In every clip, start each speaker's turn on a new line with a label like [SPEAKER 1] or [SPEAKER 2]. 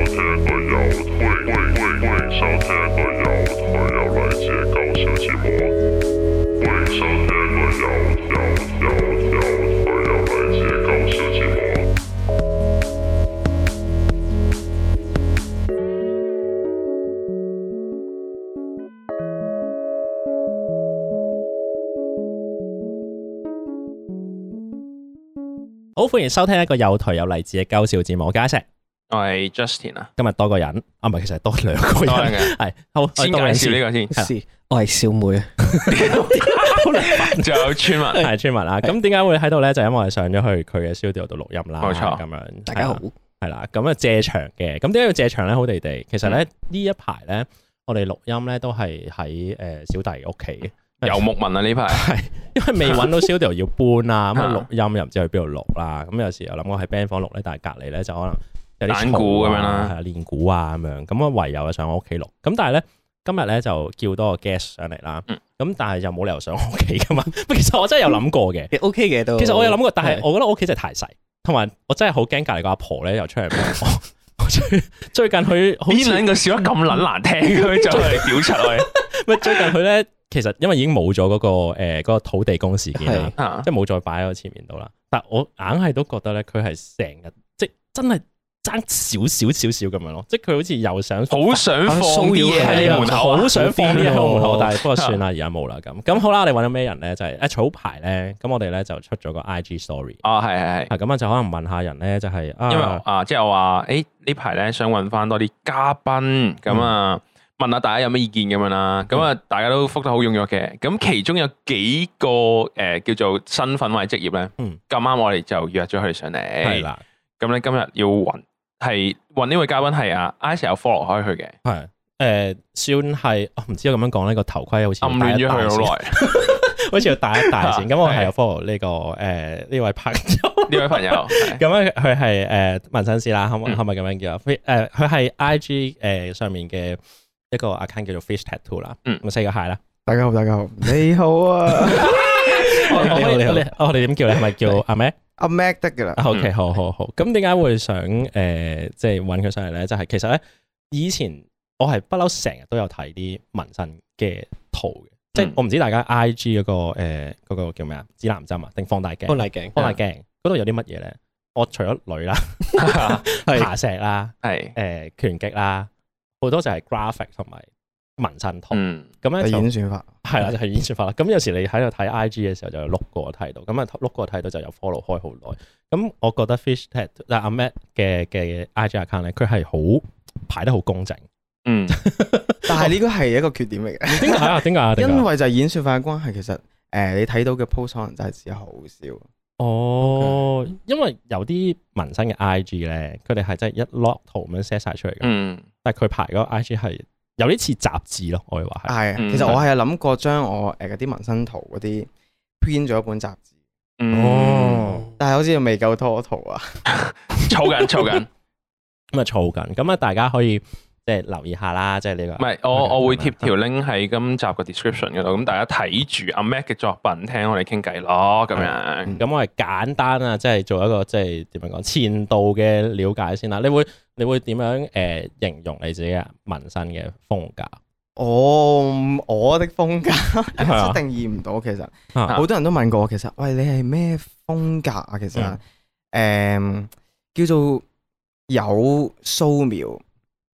[SPEAKER 1] 有退，歡歡歡迎收聽個有台有勵志嘅搞笑節目啊！歡迎收聽個有有有有台有勵志嘅搞笑節目啊！
[SPEAKER 2] 好，歡迎收聽一個有台有勵志嘅搞笑節目，我家石
[SPEAKER 3] 我係 Justin 啊，
[SPEAKER 2] 今日多個人，啊唔係，其實係多兩個
[SPEAKER 3] 多人
[SPEAKER 2] 人，
[SPEAKER 3] 嘅，
[SPEAKER 2] 係好我
[SPEAKER 3] 先
[SPEAKER 2] 哋多兩
[SPEAKER 3] 介紹
[SPEAKER 2] 次
[SPEAKER 3] 呢個先，
[SPEAKER 2] 係
[SPEAKER 4] 是，我係小妹啊，
[SPEAKER 3] 仲有 村民，
[SPEAKER 2] 係村民啦。咁點解會喺度咧？就因為我哋上咗去佢嘅 studio 度錄音啦，
[SPEAKER 3] 冇錯
[SPEAKER 2] 咁樣。
[SPEAKER 4] 大家好
[SPEAKER 2] 係。啦係啦，咁啊借場嘅，咁點解要借場咧？好地地，其實咧
[SPEAKER 3] 嗯
[SPEAKER 2] 呢一排咧，我哋錄音咧都係喺誒小弟屋企，
[SPEAKER 3] 游牧民啊呢排，
[SPEAKER 2] 因為未揾到 studio 要搬 啦，咁啊
[SPEAKER 3] 啊
[SPEAKER 2] 錄音又唔知去邊度錄啦。咁有時又諗我喺 band 房錄咧，但係隔離咧就可能有啲
[SPEAKER 3] 懶鼓
[SPEAKER 2] 嘈啊
[SPEAKER 3] 咁樣啦
[SPEAKER 2] 係啊練鼓啊咁樣。咁我唯有上我屋企錄。咁但係咧今日咧就叫多個 guest 上嚟啦。咁、
[SPEAKER 3] 嗯
[SPEAKER 2] 但係又冇理由上我屋企噶嘛。 其實我真係有諗過
[SPEAKER 3] 嗯
[SPEAKER 2] 嘅。
[SPEAKER 4] 你 OK 嘅都。
[SPEAKER 2] 其實我有諗過，但係
[SPEAKER 4] 係
[SPEAKER 2] 我覺得我屋企真係太細，同埋我真係好驚隔離個阿婆咧又出嚟幫我。我 最最近佢好
[SPEAKER 3] 邊
[SPEAKER 2] 似
[SPEAKER 3] 撚個笑得咁撚難聽，佢就嚟屌柒我
[SPEAKER 2] 咪最近佢咧，其實因為已經冇咗嗰個誒嗰、個土地公事件啦
[SPEAKER 4] 係。
[SPEAKER 3] 哋啊！
[SPEAKER 2] 即係冇再擺喺我前面度啦。但我硬係都覺得咧，佢係成日即係真係爭少少少少咁樣咯。即係佢好似又想
[SPEAKER 3] 好想放啲嘢喺你門口啊
[SPEAKER 2] 好想放啲嘢喺我門口，
[SPEAKER 4] 好癲喎
[SPEAKER 2] 但係不過算啦，而家冇啦咁。咁好啦，我哋揾到咩人咧？就係、啊早排咧，咁我哋咧就出咗個 IG story
[SPEAKER 3] 哦，係係係，
[SPEAKER 2] 啊，咁啊就可能問下人咧，就係、啊，
[SPEAKER 3] 因為啊，即係我話，誒呢排咧想揾翻多啲嘉賓，咁啊問下大家有咩意見咁樣啦，咁啊大家都覆得好踴躍嘅，咁其中有幾個誒叫做身份或者職業咧，
[SPEAKER 2] 嗯
[SPEAKER 3] 咁啱我哋就約咗佢哋上嚟，
[SPEAKER 2] 係啦，
[SPEAKER 3] 咁咧今日要揾係揾呢位嘉賓係啊 i c e 有 follow 開佢嘅，
[SPEAKER 2] 係。誒、算係哦我唔知我咁樣講呢個頭盔好似
[SPEAKER 3] 暗戀咗
[SPEAKER 2] 戴一戴先
[SPEAKER 3] 佢好耐
[SPEAKER 2] 好似要戴一戴 先。咁我係有
[SPEAKER 3] 係啊
[SPEAKER 2] follow 呢、個誒呢、位朋友。
[SPEAKER 3] 呢位朋友，係
[SPEAKER 2] 咁咧，佢係誒紋身師啦，可唔
[SPEAKER 3] 嗯
[SPEAKER 2] 可唔可以咁樣叫啊？非誒，佢係 I G 誒上面嘅一個 account 叫做 Fish Tattoo 啦。
[SPEAKER 3] 嗯
[SPEAKER 2] 咁四啊個蟹啦。
[SPEAKER 4] 大家好，大家好，你好啊，
[SPEAKER 2] 哦 我
[SPEAKER 4] 你好你好
[SPEAKER 2] 哋嗯我哋點叫你？係咪叫阿咩
[SPEAKER 4] 阿 Mac 得噶啦，
[SPEAKER 2] ？O K，好好好。咁點解會想誒即係揾佢上嚟咧？就係其實咧，以前我係不嬲成日都有睇啲紋身嘅圖嘅，即係
[SPEAKER 3] 嗯
[SPEAKER 2] 我唔知大家 I G 嗰個誒嗰個叫咩啊？指南針啊，定放大鏡？
[SPEAKER 4] 安麗鏡
[SPEAKER 2] 放大鏡嗰度有啲乜嘢咧？我除咗女啦、
[SPEAKER 4] 係
[SPEAKER 2] 爬石啦。
[SPEAKER 3] 係
[SPEAKER 2] 誒、，呃拳擊啦，好多就係 graphic 同埋紋身圖。
[SPEAKER 3] 嗯，
[SPEAKER 2] 咁咧
[SPEAKER 4] 第
[SPEAKER 2] 就
[SPEAKER 4] 演算法，
[SPEAKER 2] 係啦，就係演算法啦。咁有時你喺度睇 IG 嘅時候就有碌過睇到，咁啊碌過睇到就有 follow 開好耐。咁我覺得 Fish Tat 嗱阿 Matt 嘅嘅 IG account 咧，佢係好排得好工整。
[SPEAKER 3] 嗯，
[SPEAKER 4] 但係呢個係一個缺點嚟嘅，
[SPEAKER 2] 點解啊？點解啊？點解
[SPEAKER 4] 哦
[SPEAKER 2] 啊？
[SPEAKER 4] 因為就係演算法嘅關係，其實誒你睇到嘅 post 可能就係只係好少，
[SPEAKER 2] 哦，因為有啲紋身嘅 IG 咧，佢哋係真係一 lock 圖咁樣 set 晒出嚟嘅，
[SPEAKER 3] 嗯，
[SPEAKER 2] 但係佢排嗰個 IG 係有啲似雜誌咯，我會話係。
[SPEAKER 4] 係啊，
[SPEAKER 3] 嗯
[SPEAKER 4] 其實我係有諗過將我誒嗰啲紋身圖嗰啲編咗一本雜誌，
[SPEAKER 3] 嗯，
[SPEAKER 2] 哦
[SPEAKER 4] 但係好似未夠拖圖啊，
[SPEAKER 3] 儲緊儲緊，
[SPEAKER 2] 咁啊嘈緊，咁啊大家可以即係留意下啦，即係呢
[SPEAKER 3] 唔
[SPEAKER 2] 個
[SPEAKER 3] 係我我會貼條
[SPEAKER 2] 係
[SPEAKER 3] link 喺今集嘅 description 嗰度，咁大家睇住阿 Mac 嘅作品，聽我哋傾偈咯，咁樣，
[SPEAKER 2] 咁我係簡單啊，即係做一個即係點樣講前度嘅了解先啦。你會你會點樣誒、呃形容你自己嘅紋身嘅風格？
[SPEAKER 4] 我嗯我的風格
[SPEAKER 2] 係 啊
[SPEAKER 4] 定義唔到，其實
[SPEAKER 2] 啊
[SPEAKER 4] 好多人都問過我，其實喂你係咩風格啊？其實
[SPEAKER 2] 嗯
[SPEAKER 4] 誒、嗯叫做有素描，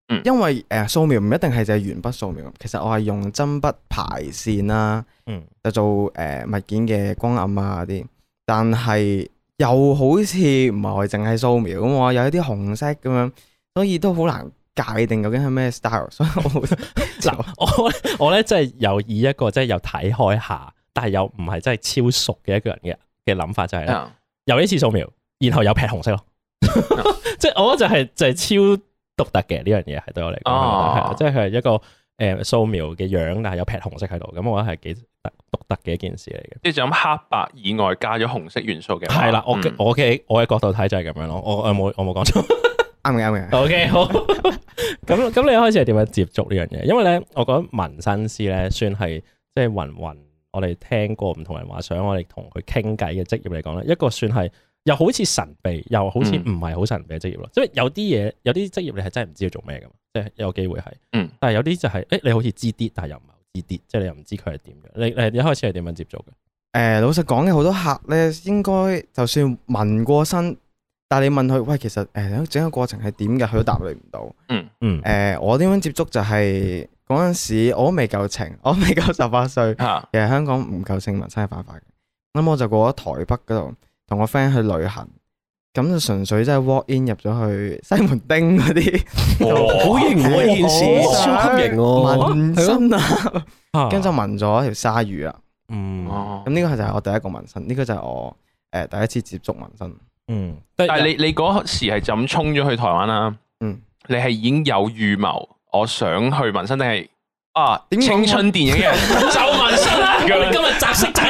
[SPEAKER 3] 嗯
[SPEAKER 4] 因為誒、呃素描唔一定係就係鉛筆素描，其實我係用針筆排線啦、
[SPEAKER 2] 嗯
[SPEAKER 4] 就做誒、呃物件嘅光暗啊嗰啲，但係又好似唔係淨係素描咁喎，有一啲紅色咁樣，所以都好難界定究竟係咩 style，所以我好
[SPEAKER 2] 嗱，我我咧即係有以一個即係有睇開下，但係又唔係真係超熟嘅一個人嘅嘅諗法就係、咧，
[SPEAKER 3] 啊
[SPEAKER 2] 有呢次掃描，然後有劈紅色咯， 即係我覺得就係、就係、超獨特嘅呢樣嘢係對我嚟講，
[SPEAKER 3] 哦
[SPEAKER 2] 係啦即係佢係一個誒、呃、掃描嘅樣，但係有劈紅色喺度，咁我覺得係幾特獨特嘅一件事嚟嘅。
[SPEAKER 3] 即係就咁黑白以外加咗紅色元素嘅話，
[SPEAKER 2] 係啦，我嘅
[SPEAKER 3] 嗯
[SPEAKER 2] 我嘅我嘅角度睇就係咁樣咯，我我冇我冇講 錯。
[SPEAKER 4] 啱嘅啱嘅。
[SPEAKER 2] O K，好。咁 咁你一開始係點樣接觸呢樣嘢？因為咧，我覺得紋身師咧算係即係雲雲，我哋聽過唔同人話想我哋同佢傾偈嘅職業嚟講咧，一個算係又好似神秘，又好似
[SPEAKER 3] 嗯
[SPEAKER 2] 唔係好神秘嘅職業咯。即係有啲嘢，有啲職業你係真係唔知佢做咩噶嘛，即係有機會係。
[SPEAKER 3] 嗯
[SPEAKER 2] 但係有啲就係、誒、你好似知啲，但係又唔係好知啲，即係你又唔知佢係點樣。你你一開始係點樣接觸嘅？
[SPEAKER 4] 诶、老實講嘅好多客咧，應該就算紋過身，但系你問佢，喂，其實诶、誒整個過程係點嘅，佢都答你唔到。
[SPEAKER 2] 嗯，
[SPEAKER 4] 诶、我點樣接觸就係嗰阵时我都未夠情， 我都未夠十八歲，
[SPEAKER 3] 吓，
[SPEAKER 4] 其實香港唔夠性紋身係犯法嘅。咁我就過咗台北嗰度，同我 friend 去旅行，咁就純粹真係 walk in 入咗去西門町嗰啲
[SPEAKER 5] 好型喎呢件事，
[SPEAKER 4] 我想
[SPEAKER 5] 超級型喎。
[SPEAKER 4] 紋身啊，
[SPEAKER 2] 啊
[SPEAKER 4] 跟住就紋咗條鯊魚啊。
[SPEAKER 2] 嗯
[SPEAKER 3] 哦
[SPEAKER 4] 咁呢個就係我第一個紋身，呢、個就係我诶、誒第一次接觸紋身。
[SPEAKER 2] 嗯，
[SPEAKER 3] 但係你你嗰時係就咁衝咗去台灣啦，
[SPEAKER 4] 嗯，
[SPEAKER 3] 你係已經有預謀，我想去紋身定係啊
[SPEAKER 4] 點講
[SPEAKER 3] 青春電 影嘅人就紋身啦，咁樣
[SPEAKER 5] 今日扎色仔，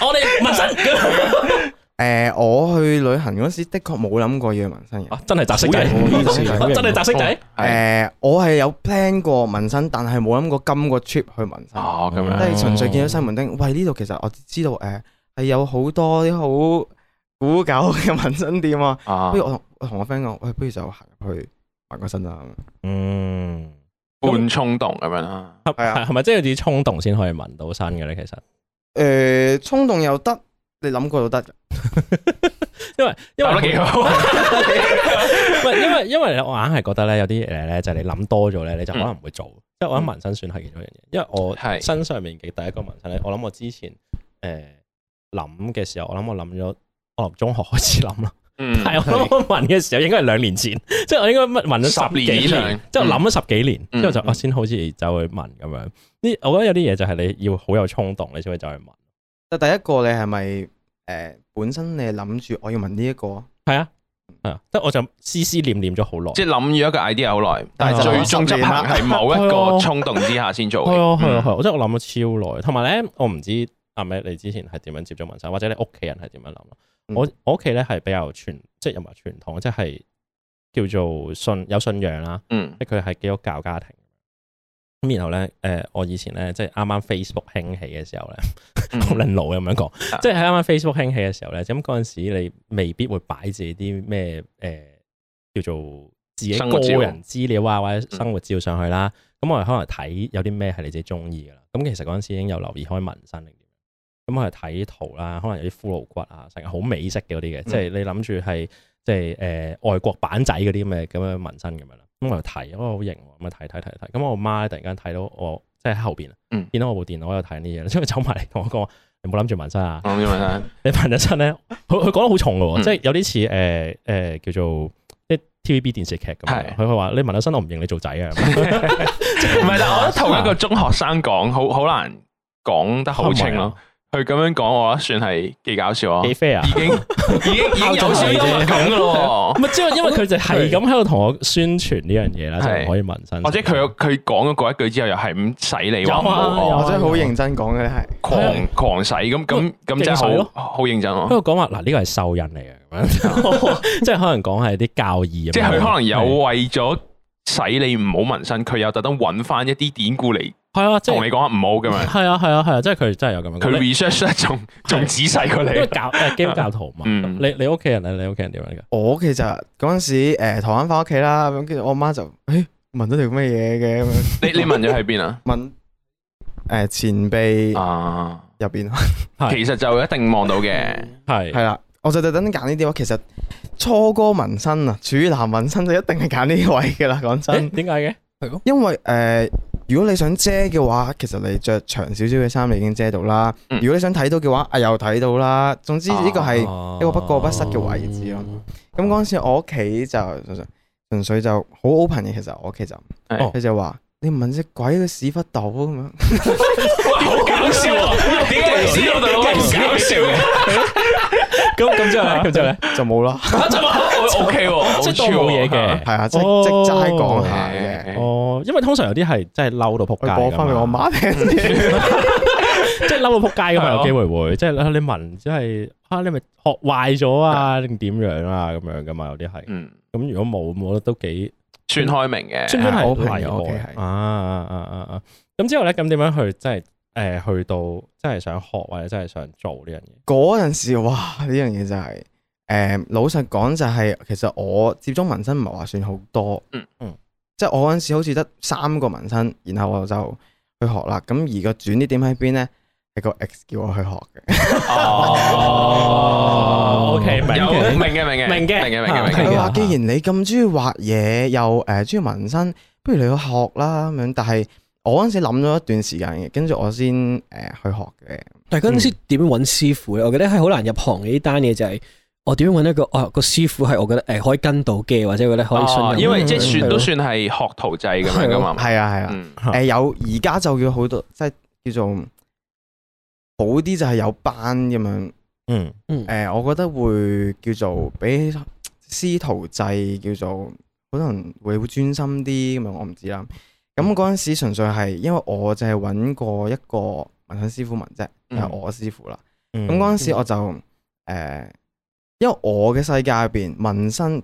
[SPEAKER 5] 我哋紋身。
[SPEAKER 4] 诶、我去旅行嗰時的確冇諗過要去紋身嘅。
[SPEAKER 2] 啊真係扎色仔，
[SPEAKER 4] 好型喎呢件事
[SPEAKER 2] 真係扎色仔。
[SPEAKER 3] 哦 係
[SPEAKER 4] 诶、我係有 plan 過紋身，但係冇諗過今個 trip 去紋身，
[SPEAKER 3] 哦咁
[SPEAKER 4] 即
[SPEAKER 3] 樣，
[SPEAKER 4] 係純粹見到西門町。喂，呢度其實我知道诶係、有好多啲好古舊嘅紋身店啊。
[SPEAKER 3] 啊
[SPEAKER 4] 不如我同我同我 friend 講，喂，不如就行入去紋個身啊啦。
[SPEAKER 2] 嗯，
[SPEAKER 3] 半衝動咁樣啦，
[SPEAKER 2] 係
[SPEAKER 4] 係啊
[SPEAKER 2] 係係咪即係有啲衝動先可以聞到身嘅咧？其實，
[SPEAKER 4] 诶、誒衝動又得，你諗過都得。
[SPEAKER 2] 因為因
[SPEAKER 3] 答
[SPEAKER 2] 為
[SPEAKER 3] 得幾好，
[SPEAKER 2] 喂，因為因為我硬係覺得咧，有啲嘢咧就係你諗多咗咧，你就可能唔會做。即係我諗紋身算係其中一樣嘢，因為我
[SPEAKER 3] 係
[SPEAKER 2] 身上面嘅第一個紋身咧，我諗我之前誒諗嘅時候，我諗我諗咗，我諗中學開始諗啦。
[SPEAKER 3] 嗯
[SPEAKER 2] 但係啊我諗我紋嘅時候應該係兩年前， 即係我應該紋咗十
[SPEAKER 3] 十年
[SPEAKER 2] 幾
[SPEAKER 3] 以上
[SPEAKER 2] 年，即係我諗咗十幾年，
[SPEAKER 3] 嗯
[SPEAKER 2] 之後就
[SPEAKER 3] 嗯
[SPEAKER 2] 我先好似走去紋咁樣。呢我覺得有啲嘢就係你要好有衝動，你先會走去紋。
[SPEAKER 4] 但第一個你係咪诶本身你係諗住我要紋呢一個？
[SPEAKER 2] 係啊，係啊，即係我就思思念念咗好耐。
[SPEAKER 3] 即係諗咗一個 idea 好耐，但係
[SPEAKER 2] 係
[SPEAKER 3] 最
[SPEAKER 2] 啊
[SPEAKER 3] 終執行係某一個衝動之下先做
[SPEAKER 2] 係啊
[SPEAKER 3] 嘅，
[SPEAKER 2] 係啊係
[SPEAKER 3] 嗯
[SPEAKER 2] 啊，我真係我諗咗超耐。同埋咧，我唔知阿 Matt 你之前係點樣接觸紋身，或者你屋企人係點樣諗咯？
[SPEAKER 4] 嗯
[SPEAKER 2] 我我屋企咧係比較傳，即係又唔係傳統，即係叫做信有信仰啦，
[SPEAKER 3] 嗯
[SPEAKER 2] 即係佢啊係基督教家庭。咁然後咧，誒、我以前咧，即係啱啱 Facebook 興起嘅 時候咧，
[SPEAKER 3] 嗯
[SPEAKER 2] 好撚老咁樣講，即係喺啱啱 Facebook 興起嘅時候咧，咁嗰陣時你未必會擺自己啲咩誒叫做自己
[SPEAKER 3] 生
[SPEAKER 2] 個
[SPEAKER 3] 活照
[SPEAKER 2] 人資料啊或者生活照上去啦。咁我哋可能睇有啲咩係你自己中意噶啦。咁其實嗰陣時已經有留意開紋身定點樣。咁我哋睇圖啦，可能有啲骷髏骨啊，成日好美式嘅嗰啲嘅，即係你諗住係即係誒、呃外國版仔嗰啲咁嘅咁嘅紋身咁樣啦。咁我就睇，哦好型喎，咁啊睇睇睇睇。咁我媽咧突然間睇到我即係喺後邊，啊
[SPEAKER 3] 嗯
[SPEAKER 2] 見到我部電腦喺度睇緊啲嘢，所以 走埋嚟同我講話：你冇諗住紋身啊？
[SPEAKER 3] 我諗咗問 下
[SPEAKER 2] 你紋咗身咧，佢佢講得好重嘅喎，
[SPEAKER 3] 嗯
[SPEAKER 2] 即係有啲似誒誒叫做啲 TVB 電視劇咁樣。
[SPEAKER 3] 係
[SPEAKER 2] 佢佢話你紋咗身，我唔認你做仔 啊！
[SPEAKER 3] 唔係，但我覺得同一個中學生講，好好難講得好清啊咯。佢咁樣講，我覺得算係幾搞笑啊！
[SPEAKER 2] 啊幾 fair 啊
[SPEAKER 3] 已！經已經已經有少幽默感噶咯
[SPEAKER 2] 唔係啊之後，因為佢就係咁喺度同我宣傳呢樣嘢啦，就
[SPEAKER 3] 係
[SPEAKER 2] 唔可以紋身。
[SPEAKER 3] 喎，或者佢佢講咗嗰一句之後，又係咁洗你話
[SPEAKER 2] 有啊有
[SPEAKER 3] 冇
[SPEAKER 2] 啊
[SPEAKER 4] 我真係好認真講嘅咧，係。
[SPEAKER 3] 狂狂洗咁咁咁真
[SPEAKER 2] 勁洗
[SPEAKER 3] 係
[SPEAKER 2] 咯
[SPEAKER 3] 好好認真
[SPEAKER 2] 因為
[SPEAKER 3] 咯。
[SPEAKER 2] 講話嗱，呢個係獸人嚟嘅，咁樣 即係可能講係啲教義咁樣。
[SPEAKER 3] 即係佢可能有
[SPEAKER 2] 係
[SPEAKER 3] 為咗洗你唔好紋身，佢又特登揾翻一啲典故嚟
[SPEAKER 2] 係啊，即
[SPEAKER 3] 同
[SPEAKER 2] 係
[SPEAKER 3] 你講唔好 咁樣。
[SPEAKER 2] 係啊係啊係啊，即係佢真係有咁樣講。
[SPEAKER 3] 佢 research 得仲仲仔細過你
[SPEAKER 2] 因。為教誒基督教徒嘛，
[SPEAKER 3] 嗯
[SPEAKER 2] 你你屋企人咧，你屋企人點樣㗎？
[SPEAKER 4] 我其實嗰陣時誒台灣翻屋企啦，咁跟住我媽就誒問咗條咩嘢嘅咁樣
[SPEAKER 3] 你你問咗喺 邊啊？
[SPEAKER 4] 問誒前臂
[SPEAKER 3] 啊，
[SPEAKER 4] 入邊
[SPEAKER 2] 係
[SPEAKER 3] 其實就一定望到 嘅。
[SPEAKER 2] 係
[SPEAKER 4] 係啦，我就特登揀呢啲咯。其實初哥紋身啊，處男紋身就一定係揀呢啲位嘅啦。講
[SPEAKER 2] 誒
[SPEAKER 4] 真，
[SPEAKER 2] 點解嘅？
[SPEAKER 4] 因為誒、如果你想遮嘅話，其實你着長少少嘅衫，你已經遮到啦。
[SPEAKER 3] 嗯
[SPEAKER 4] 如果你想睇到嘅話，啊又睇到啦。總之呢個係
[SPEAKER 2] 一
[SPEAKER 4] 一個不過不失嘅位置咯。咁嗰陣時我屋企就純粹純粹就好 open 嘅，其實我屋企就
[SPEAKER 3] 係
[SPEAKER 4] 佢就話你唔問只鬼嘅屎忽度咁樣，
[SPEAKER 3] 哇，好搞笑啊！點解屎到度咁搞笑 嘅？
[SPEAKER 2] 咁咁 之後咧，咁之後咧，
[SPEAKER 4] 就冇 啦。
[SPEAKER 3] 啊 O K 喎，
[SPEAKER 2] 即係當冇嘢嘅。
[SPEAKER 4] 係啊，即即
[SPEAKER 2] 哦
[SPEAKER 4] 齋講下嘅，
[SPEAKER 2] 哦，因為通常有啲係真係嬲到撲街
[SPEAKER 4] 佢播
[SPEAKER 2] 㗎
[SPEAKER 4] 翻俾
[SPEAKER 2] 嘛
[SPEAKER 4] 我媽聽 先。
[SPEAKER 2] 即係嬲到撲街咁
[SPEAKER 3] 係
[SPEAKER 2] 啊！
[SPEAKER 3] 啊
[SPEAKER 2] 有機會會，即係啊你文即係啊，你咪學壞咗啊，定點樣啊咁樣噶嘛？有啲係
[SPEAKER 3] 嗯，
[SPEAKER 2] 咁，如果冇，我覺得都幾
[SPEAKER 3] 算開明嘅，
[SPEAKER 2] 算唔算
[SPEAKER 4] 係
[SPEAKER 2] 係
[SPEAKER 4] 我朋友
[SPEAKER 2] 例
[SPEAKER 4] 屋企
[SPEAKER 2] 外
[SPEAKER 4] 係
[SPEAKER 2] 啊啊啊啊啊！咁之後咧，咁點樣去即係誒去到真係想學或者真係想做呢樣嘢？
[SPEAKER 4] 嗰陣時，哇！呢樣嘢就係誒老實講就係、其實我接觸紋身唔係話算好多，
[SPEAKER 3] 嗯
[SPEAKER 2] 嗯，
[SPEAKER 4] 即係我嗰陣時好似得三個紋身，然後我就去學啦。咁而個轉捩點喺邊咧？係個 ex 叫我去學嘅，
[SPEAKER 3] 哦
[SPEAKER 2] 哦，OK，明嘅
[SPEAKER 3] 有明嘅，明嘅，
[SPEAKER 2] 明嘅
[SPEAKER 3] 明嘅，明嘅，
[SPEAKER 2] 係
[SPEAKER 3] 明嘅
[SPEAKER 2] 啊
[SPEAKER 4] 佢話：既然你咁中意畫嘢，又誒中意紋身，不如你去學啦咁樣。但係我嗰陣時諗咗一段時間嘅，跟住我先誒、去學嘅。
[SPEAKER 5] 但係嗰陣
[SPEAKER 4] 嗯
[SPEAKER 5] 時點樣揾師傅咧？我記得係好難入行嘅呢單嘢就係我點樣揾一個哦個師傅係我覺得誒可以跟到嘅，或者我覺得可以信
[SPEAKER 3] 哦
[SPEAKER 5] 任。
[SPEAKER 3] 因為即係算都
[SPEAKER 5] 係咯
[SPEAKER 3] 算係學徒制咁樣噶嘛，
[SPEAKER 4] 係啊係啊。
[SPEAKER 3] 嗯
[SPEAKER 4] 誒、有而家就叫好多，即係叫做好啲就係有班咁樣。誒、呃
[SPEAKER 2] 嗯
[SPEAKER 5] 嗯
[SPEAKER 4] 我覺得會叫做比師徒制叫做可能會會專心啲咁樣，我唔知啦。咁嗰陣時純粹係因為我就係揾過一個紋身師傅紋啫，就係、
[SPEAKER 3] 嗯
[SPEAKER 4] 我師傅啦。
[SPEAKER 2] 嗯
[SPEAKER 4] 咁嗰陣時我就誒、因為我嘅世界入邊紋身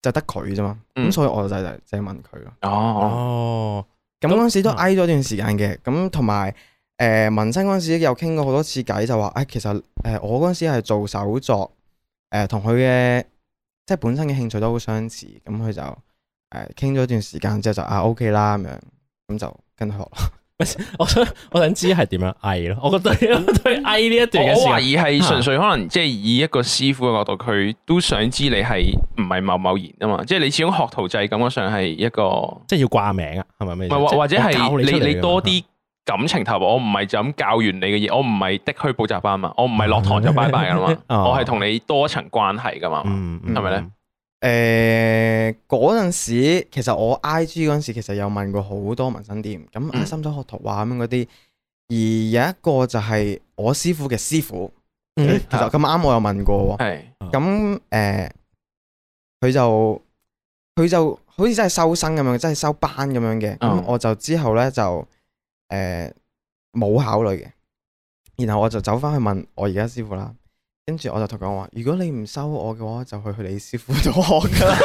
[SPEAKER 4] 就得佢啫嘛，咁、
[SPEAKER 3] 嗯
[SPEAKER 4] 所以我就就就係問佢咯。
[SPEAKER 3] 哦，
[SPEAKER 2] 哦，
[SPEAKER 4] 咁嗰陣時都
[SPEAKER 2] 嗯
[SPEAKER 4] 挨咗一段時間嘅，咁同埋誒紋身嗰陣時又傾過好多次偈，就話誒、其實誒、我嗰陣時係做手作，誒同佢嘅即係本身嘅興趣都好相似，咁佢就誒傾咗一段時間之後就啊 OK 啦咁樣，咁就跟佢學啦。
[SPEAKER 2] 我想我想知係點樣嗌咯，我覺得 對嗌呢一段嘅
[SPEAKER 3] 我懷
[SPEAKER 2] 時
[SPEAKER 3] 疑係純粹可能即係以一個師傅嘅角度，佢都想知你係唔係某某然啊嘛，即係你始終學徒制感覺上係一個，唔
[SPEAKER 2] 即係要掛名啊，係咪咩意思？
[SPEAKER 3] 係或或者
[SPEAKER 2] 即係我教
[SPEAKER 3] 係
[SPEAKER 2] 出嚟
[SPEAKER 3] 你
[SPEAKER 2] 㗎
[SPEAKER 3] 你
[SPEAKER 2] 嘛
[SPEAKER 3] 多啲感情投入，我唔係就咁教完你嘅嘢，我唔係的去補習班嘛，我唔係落堂就拜拜噶嘛，
[SPEAKER 2] 哦
[SPEAKER 3] 我係同你多層關係噶嘛，
[SPEAKER 2] 嗯，
[SPEAKER 3] 係咪咧
[SPEAKER 4] 誒呃嗰陣時，其實我 IG 嗰陣時其實有問過好多紋身店，咁啊
[SPEAKER 3] 嗯
[SPEAKER 4] 深水學徒啊咁樣嗰啲，而有一個就係我師傅嘅師傅，
[SPEAKER 2] 嗯
[SPEAKER 4] 其實咁啱我有問過喎。
[SPEAKER 3] 係
[SPEAKER 4] 咁誒，呃佢、就佢就好似真係收生咁樣，真係收班咁樣嘅。咁、
[SPEAKER 3] 嗯
[SPEAKER 4] 我就之後咧就誒冇、考慮嘅，然後我就走翻去問我而家師傅啦。跟住我就同佢講話：如果你唔收我嘅話，就去去你師傅度學㗎 啦。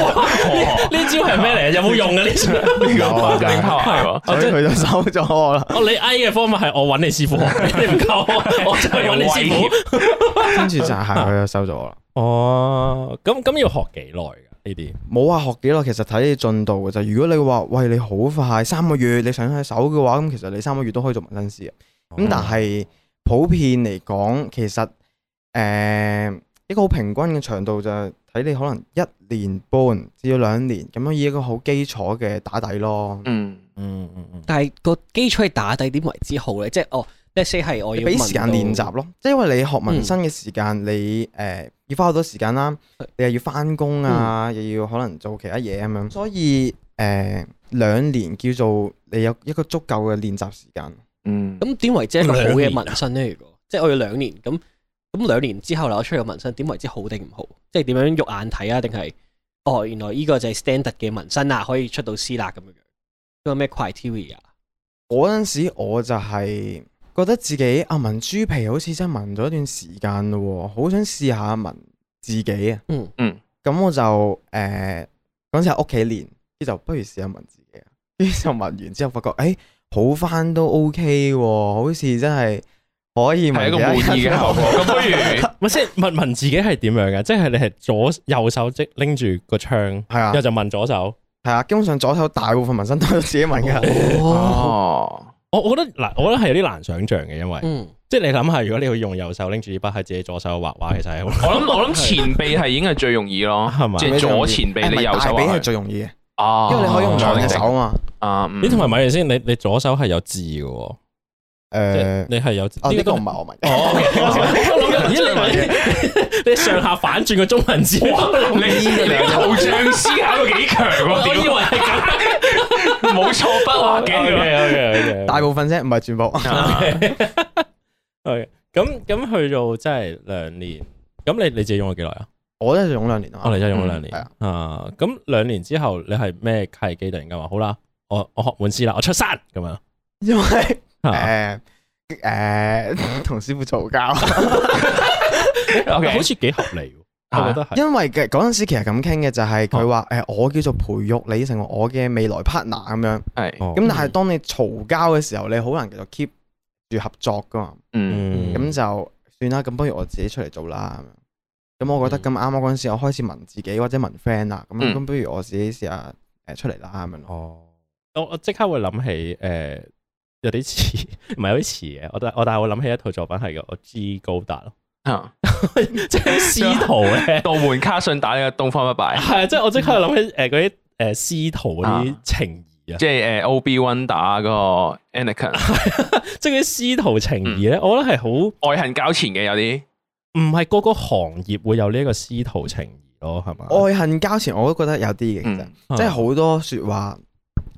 [SPEAKER 2] 呢招係咩嚟？有冇用嘅呢招？
[SPEAKER 3] 呢個
[SPEAKER 4] 有啊
[SPEAKER 3] 肯定拋嚟喎，
[SPEAKER 4] 所以佢就收咗我啦。
[SPEAKER 2] 哦，你嗌嘅方法係我揾你師傅，你唔夠我，我就揾你師
[SPEAKER 3] 有威
[SPEAKER 2] 傅。
[SPEAKER 4] 跟住就係佢就收咗我啦。
[SPEAKER 2] 哦，咁咁要學幾耐㗎呢啲？
[SPEAKER 4] 冇話學幾耐，其實睇你進度嘅啫。如果你話喂你好快三個月你想喺手嘅話，咁其實你三個月都可以做紋身師嘅。
[SPEAKER 5] 哦
[SPEAKER 4] 咁但係普遍嚟講，其實誒、呃一個好平均嘅長度就係睇你可能一年半至到兩年咁樣，以一個好基礎嘅打底咯。
[SPEAKER 3] 嗯。
[SPEAKER 2] 嗯嗯嗯，
[SPEAKER 5] 但係個基礎係打底點為之好咧？即係哦，let's say 係我要
[SPEAKER 4] 你俾時間練
[SPEAKER 5] 問
[SPEAKER 4] 習
[SPEAKER 5] 到
[SPEAKER 4] 咯，即係因為你學紋身嘅時間，你誒、呃要花好多時間啦
[SPEAKER 5] 係，
[SPEAKER 4] 你又要翻工
[SPEAKER 5] 嗯
[SPEAKER 4] 啊，又要可能做其他嘢咁樣，所以誒、呃、兩年叫做你有一個足夠嘅練習時間。
[SPEAKER 3] 嗯，
[SPEAKER 5] 咁點為之一個好
[SPEAKER 2] 兩
[SPEAKER 5] 嘅
[SPEAKER 2] 年啊
[SPEAKER 5] 紋身咧？如果即係我要兩年咁，咁兩年之後攞出嚟個紋身，點為之好定唔好？即係點樣肉眼睇啊？定係哦，原來呢個就係 standard 嘅紋身啊，可以出到師啦咁樣樣。有咩 criteria？
[SPEAKER 4] 嗰陣時我就係覺得自己啊紋豬皮好似真係紋咗一段時間咯喎，好想試下紋自己啊。
[SPEAKER 5] 嗯
[SPEAKER 3] 嗯。
[SPEAKER 4] 咁我就誒嗰陣時喺屋企練，跟住就不如試下紋自己啊。 跟住就紋完之後，發覺誒、哎好翻都 OK 喎，好似真係可以
[SPEAKER 3] 係
[SPEAKER 4] 紋
[SPEAKER 3] 一個
[SPEAKER 4] 其他
[SPEAKER 3] 滿意嘅
[SPEAKER 4] 人
[SPEAKER 3] 效果。咁不如
[SPEAKER 2] 咪先問問自己係點樣嘅？即係你係左右手即拎住個槍，
[SPEAKER 4] 係啊
[SPEAKER 2] 然後就問左手。
[SPEAKER 4] 係啊，基本上左手大部分紋身都係自己紋㗎。
[SPEAKER 5] 哦，
[SPEAKER 3] 哦，
[SPEAKER 2] 我我覺得嗱，我覺得係有啲難想像嘅，因為
[SPEAKER 5] 嗯，
[SPEAKER 2] 即係你諗下，如果你要用右手拎住支筆喺自己左手畫畫，其實係好
[SPEAKER 3] 我諗我諗前臂係已經係最容易咯，
[SPEAKER 2] 係嘛
[SPEAKER 3] 即係哦左 前臂
[SPEAKER 4] 誒唔
[SPEAKER 3] 你
[SPEAKER 4] 係
[SPEAKER 3] 右手啊
[SPEAKER 4] 大髀
[SPEAKER 3] 畫
[SPEAKER 4] 係
[SPEAKER 3] 去
[SPEAKER 4] 最容易嘅，
[SPEAKER 3] 哦
[SPEAKER 4] 因為你可以用長隻手啊嘛。
[SPEAKER 3] 啊，
[SPEAKER 2] 咦，同
[SPEAKER 3] 埋
[SPEAKER 2] 埋咪住先，你你左手係有字嘅喎，即係
[SPEAKER 4] 誒，
[SPEAKER 2] 你係有字
[SPEAKER 4] 哦呢個
[SPEAKER 2] 都
[SPEAKER 4] 唔係我紋嘅。
[SPEAKER 2] 哦，OK，我 諗緊咦，你 你你上下反轉個中文字， 我
[SPEAKER 3] 你你個圖像思考到幾強喎？
[SPEAKER 2] 以為
[SPEAKER 3] 屌，
[SPEAKER 2] 係咁。
[SPEAKER 3] 冇錯不
[SPEAKER 2] 哦
[SPEAKER 3] 畫嘅。
[SPEAKER 2] OK，OK，OK，OK
[SPEAKER 4] 大部分啫，唔係全部。
[SPEAKER 3] 啊
[SPEAKER 2] OK，咁咁去到真係兩年，咁你你自己用咗幾耐啊？
[SPEAKER 4] 我都係用兩年啊。
[SPEAKER 2] 我哋真係用咗兩年
[SPEAKER 4] 嗯係啊
[SPEAKER 2] 啊！咁兩年之後，你係咩契機突然間話好啦，我我學滿師啦，我出山咁樣
[SPEAKER 4] 因為
[SPEAKER 2] 啊？
[SPEAKER 4] 誒誒 同師傅嘈交，
[SPEAKER 3] OK
[SPEAKER 2] 好似幾合理喎，我覺得係。
[SPEAKER 4] 啊因為嘅嗰陣時其實咁傾嘅就係
[SPEAKER 2] 哦
[SPEAKER 4] 佢話誒我叫做培育你成為我嘅未來 partner 咁樣，咁
[SPEAKER 3] 係，
[SPEAKER 2] 哦
[SPEAKER 4] 但係當你嘈交嘅時候，你好難繼續 keep 住合作噶嘛，
[SPEAKER 3] 嗯，
[SPEAKER 2] 嗯
[SPEAKER 4] 咁就算啦，咁不如我自己出嚟做啦咁樣。咁我覺
[SPEAKER 2] 嗯
[SPEAKER 4] 得咁啱啱嗰陣時，我開始問自己或者問 friend 啦，咁
[SPEAKER 3] 嗯
[SPEAKER 4] 咁不如我自己試下誒出嚟啦咁樣咯。
[SPEAKER 2] 哦，我我即刻會諗起誒、呃有啲似， 唔係有啲似嘅。我但我但係我諗起一套作品係個我 G 高達咯，
[SPEAKER 3] 啊
[SPEAKER 2] 即係師徒咧，
[SPEAKER 3] 杜門卡信打呢個東方不敗，
[SPEAKER 2] 係啊，即係我即刻諗起誒
[SPEAKER 4] 嗯
[SPEAKER 2] 嗰啲誒師徒嗰啲
[SPEAKER 3] 啊
[SPEAKER 2] 情誼啊，
[SPEAKER 3] 即係诶 O B One 打嗰個 Anakin，
[SPEAKER 2] 即係嗰啲師徒情誼
[SPEAKER 4] 嗯
[SPEAKER 2] 咧，我覺得係好唔
[SPEAKER 3] 愛恨交纏嘅有啲，
[SPEAKER 2] 係個個行業會有呢一個師徒情誼咯，係嘛？啊
[SPEAKER 4] 愛恨交纏我都覺得有啲嘅，其實
[SPEAKER 3] 嗯
[SPEAKER 4] 即係好多説話，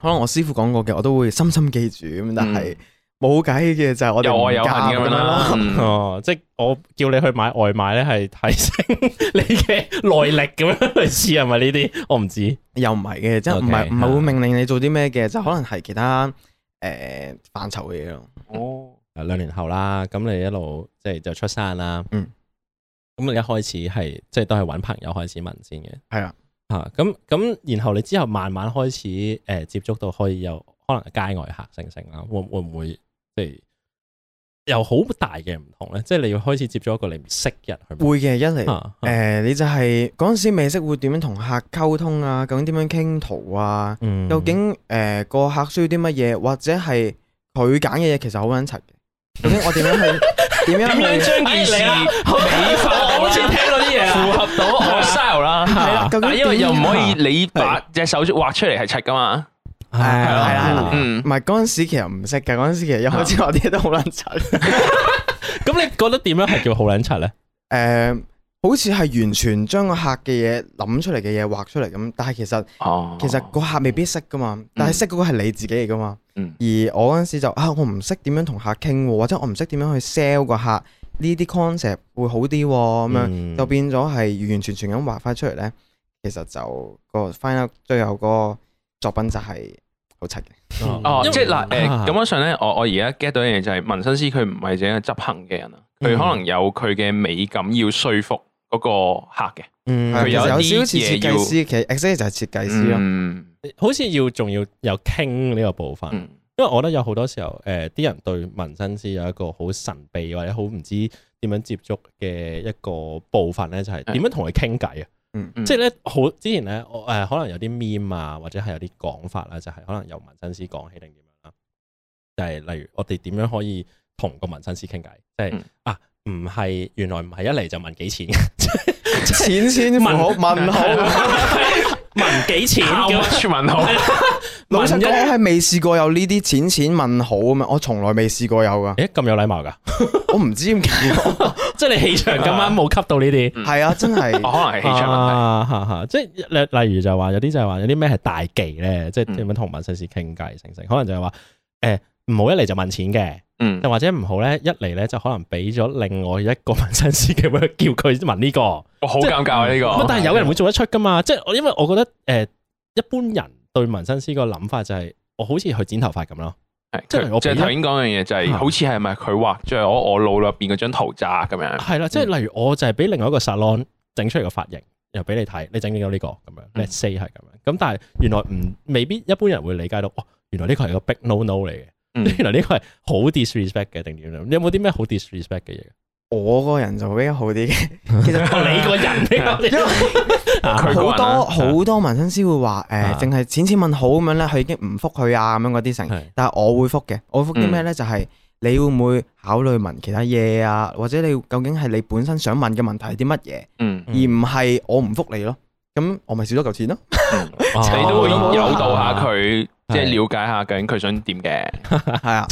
[SPEAKER 4] 可能我師傅講過嘅，我都會深深記住咁，但係冇計嘅就係我
[SPEAKER 3] 嗯
[SPEAKER 4] 哋
[SPEAKER 3] 又愛
[SPEAKER 4] 唔
[SPEAKER 3] 有恨
[SPEAKER 4] 夾
[SPEAKER 3] 咁樣
[SPEAKER 4] 咯
[SPEAKER 3] 啦。。嗯
[SPEAKER 2] 哦，即係我叫你去買外賣咧，係 提升你嘅耐力咁樣類似係咪呢啲？我唔知。
[SPEAKER 4] 又唔係嘅，即係唔
[SPEAKER 2] OK，
[SPEAKER 4] 係唔係
[SPEAKER 2] 嚇
[SPEAKER 4] 會命令你做啲咩嘅，就可能係其他誒範疇嘅嘢咯。
[SPEAKER 3] 哦，
[SPEAKER 2] 啊兩年後啦，咁你一路即係就出山啦。
[SPEAKER 4] 嗯。
[SPEAKER 2] 咁你一開始係即係都係揾朋友開始問先嘅。
[SPEAKER 4] 係啊。
[SPEAKER 2] 啊，咁咁，然後你之後慢慢開始誒、呃接觸到可以有可能街外客成成啦，會會唔會即係有好大嘅唔同咧？即係你要開始接觸一個你唔識嘅人去問
[SPEAKER 4] 會嘅，一嚟
[SPEAKER 2] 啊
[SPEAKER 4] 誒、你就係嗰陣時未識會點樣同客溝通啊，究竟點樣傾圖啊，
[SPEAKER 2] 嗯
[SPEAKER 4] 究竟誒個、客需要啲乜嘢，或者係佢揀嘅嘢其實好撚柒嘅。究竟我 點樣去點樣去
[SPEAKER 3] 將件事美化，
[SPEAKER 2] 哎我好似聽過啲嘢啊
[SPEAKER 3] 符合到我 style
[SPEAKER 4] 係啊啦
[SPEAKER 3] 啦。
[SPEAKER 4] 究竟
[SPEAKER 3] 但啊因為又唔可以你
[SPEAKER 4] 點
[SPEAKER 3] 把
[SPEAKER 4] 啊
[SPEAKER 3] 隻手畫出嚟係柒噶嘛，
[SPEAKER 2] 係啊
[SPEAKER 4] 係啦係啦
[SPEAKER 3] 嗯
[SPEAKER 4] 唔，係嗰陣時其實唔識嘅，嗰陣時其實一開始 我啲嘢都好撚柒。
[SPEAKER 2] 咁你覺得點樣係叫好撚柒咧？
[SPEAKER 4] 誒、好似係完全將個客嘅嘢諗出嚟嘅嘢畫出嚟咁，但係其實
[SPEAKER 3] 哦，
[SPEAKER 4] 其實個客未必識噶嘛，但係識嗰個係你自己嚟噶嘛。
[SPEAKER 3] 嗯
[SPEAKER 4] 而我嗰陣時就啊，我唔識點樣同客傾喎，或者我唔識點樣去 sell 個客呢啲 concept 會好啲喎咁樣，
[SPEAKER 2] 樣
[SPEAKER 4] 就變咗係完完全全咁畫翻出嚟咧。其實就個 final 最後個作品就係好柒嘅，
[SPEAKER 3] 哦，即係嗱，誒
[SPEAKER 2] 啊
[SPEAKER 3] 咁樣上咧，我我而家 get 到一樣嘢就係紋身師佢唔係淨係執行嘅人啊，佢
[SPEAKER 2] 嗯
[SPEAKER 3] 可能有佢嘅美感要說服嗰個客嘅，
[SPEAKER 2] 嗯
[SPEAKER 4] 係啊
[SPEAKER 3] 佢
[SPEAKER 4] 其
[SPEAKER 3] 有
[SPEAKER 4] 實
[SPEAKER 3] 啲
[SPEAKER 4] 少少似設計師，其實 exactly 就係設計師咯。
[SPEAKER 3] 嗯
[SPEAKER 2] 好似要仲要有傾呢個部分，
[SPEAKER 3] 嗯
[SPEAKER 2] 因為我覺得有好多時候，誒、啲人對紋身師有一個好神秘或者好唔知點樣接觸嘅一個部分咧，就係點樣同佢傾偈啊！
[SPEAKER 3] 嗯
[SPEAKER 2] 即係咧，好之前咧，我誒、可能有啲 meme 啊，或者係有啲講法啦，就係、可能由紋身師講起定點樣啦，就係、例如我哋點樣可以同個紋身師傾偈，即係、
[SPEAKER 3] 嗯
[SPEAKER 2] 啊，唔係原來唔係一嚟就問幾錢，
[SPEAKER 4] 淺淺 符號問號，
[SPEAKER 2] 問幾錢
[SPEAKER 3] ，how
[SPEAKER 2] 咁
[SPEAKER 3] much 問好，
[SPEAKER 4] 老實
[SPEAKER 2] 問一
[SPEAKER 4] 講，我係未試過有呢啲淺淺問號咁樣，我從來未試過有噶，
[SPEAKER 2] 誒咁有禮貌㗎，
[SPEAKER 4] 我唔知 點解，
[SPEAKER 2] 即係你氣場咁啱冇吸到呢啲。
[SPEAKER 3] 嗯
[SPEAKER 4] 係啊，真係
[SPEAKER 3] 哦，可能係氣場問題，
[SPEAKER 2] 啊哈哈即係例例如就係話有啲就係話有啲咩係大忌咧，即係
[SPEAKER 3] 嗯
[SPEAKER 2] 點樣同紋身師傾偈成成，可能就係話誒唔好一嚟就問錢嘅，
[SPEAKER 3] 嗯
[SPEAKER 2] 又或者唔好咧一嚟咧就可能俾咗另外一個紋身師嘅 work 叫佢問呢、個，咁、
[SPEAKER 3] 我好尷尬啊呢個，
[SPEAKER 2] 但係有人會做得出噶嘛？即係我因為我覺得誒、呃一般人對紋身師個諗法就係、我好似去剪頭髮咁咯，
[SPEAKER 3] 係
[SPEAKER 2] 即係我
[SPEAKER 3] 即
[SPEAKER 2] 俾
[SPEAKER 3] 係
[SPEAKER 2] 一
[SPEAKER 3] 頭先講樣嘢嗯就係，
[SPEAKER 2] 啊
[SPEAKER 3] 好似係咪佢畫咗喺我我腦入邊嗰張圖咋咁樣，
[SPEAKER 2] 係啦，即係例如我就係俾另外一個 salon 整出嚟個髮型，又俾你睇，你整咗呢個咁樣
[SPEAKER 3] 嗯
[SPEAKER 2] ，let's say 係咁樣。咁但係原來唔未必一般人會理解到，哦，原來呢個係個 big no no 嚟嘅，
[SPEAKER 3] 嗯
[SPEAKER 2] 原來呢個係好 disrespect 嘅定點樣？你有冇啲咩好 disrespect 嘅嘢？
[SPEAKER 4] 我個人就比較好啲嘅。其實
[SPEAKER 2] 你個人
[SPEAKER 3] 呢
[SPEAKER 2] 因為
[SPEAKER 3] 啊佢
[SPEAKER 4] 好
[SPEAKER 3] 個人
[SPEAKER 4] 多
[SPEAKER 3] 啦
[SPEAKER 4] 好多紋身師會話誒
[SPEAKER 2] 啊，
[SPEAKER 4] 淨係淺淺問好咁樣咧，佢已經唔覆佢啊咁樣嗰啲成。
[SPEAKER 2] 係
[SPEAKER 4] 但係我會覆嘅，我會覆啲
[SPEAKER 3] 嗯
[SPEAKER 4] 咩咧？就係你會唔會考慮問其他嘢啊？或者你究竟係你本身想問嘅問題係啲乜嘢，
[SPEAKER 3] 嗯，
[SPEAKER 4] 而唔係我唔覆你咯。咁我咪少咗 嚿錢咯。
[SPEAKER 3] 你都會
[SPEAKER 4] 哦
[SPEAKER 3] 誘導下 佢，即係
[SPEAKER 2] 係
[SPEAKER 3] 了解下究竟佢想點嘅。
[SPEAKER 4] 係啊，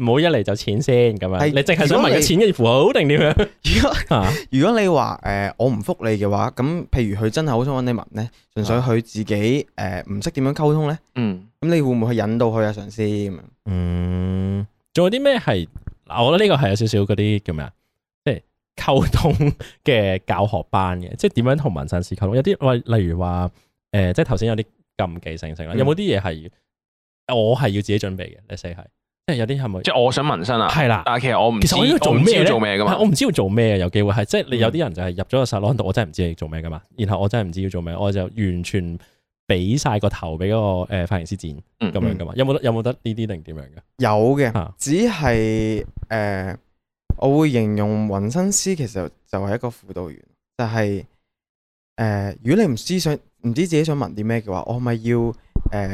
[SPEAKER 2] 唔好一嚟就錢先咁樣。
[SPEAKER 4] 係
[SPEAKER 2] 你淨係想
[SPEAKER 4] 如果
[SPEAKER 2] 問
[SPEAKER 4] 你
[SPEAKER 2] 個錢嘅符號定點樣
[SPEAKER 4] 如果
[SPEAKER 2] 啊？
[SPEAKER 4] 如果你話誒、呃我唔覆你嘅話，咁譬如佢真係好想揾你問咧，純粹佢自己誒唔識點樣溝通咧，
[SPEAKER 3] 嗯，
[SPEAKER 4] 咁你會唔會去引導佢啊？嘗試咁樣
[SPEAKER 2] 嗯，仲有啲咩係嗱？我覺得呢個係有少少嗰啲叫咩啊？即係溝通嘅教學班嘅，即係點樣同紋身師溝通？有啲例例如話誒、呃即係頭先有啲禁忌性性啦，
[SPEAKER 4] 嗯
[SPEAKER 2] 有冇啲嘢係我係要自己準備嘅？你 say 係，即係有啲係咪
[SPEAKER 3] 即？係我想紋身啊，
[SPEAKER 2] 係啦
[SPEAKER 3] 但係其實我唔
[SPEAKER 2] 其
[SPEAKER 3] 知，
[SPEAKER 2] 實我應該
[SPEAKER 3] 我
[SPEAKER 2] 做
[SPEAKER 3] 唔知
[SPEAKER 2] 咩
[SPEAKER 3] 要
[SPEAKER 2] 咧？
[SPEAKER 3] 做咩噶嘛
[SPEAKER 2] 係我。唔知要做咩啊！有機會係即係你
[SPEAKER 4] 嗯
[SPEAKER 2] 有啲人就係入咗個 salon 度，我真係唔知你做咩噶嘛。然後我真係唔知要做咩，我就完全俾晒個頭俾嗰個誒髮型師剪
[SPEAKER 3] 嗯
[SPEAKER 2] 咁樣噶嘛。有冇得有冇得呢啲定點樣嘅？
[SPEAKER 4] 有嘅，
[SPEAKER 2] 啊
[SPEAKER 4] 只係誒、呃我會形容雲身師其實就係一個輔導員，就係、呃如果你唔知想唔知自己想紋啲咩嘅話，我係咪要誒、呃、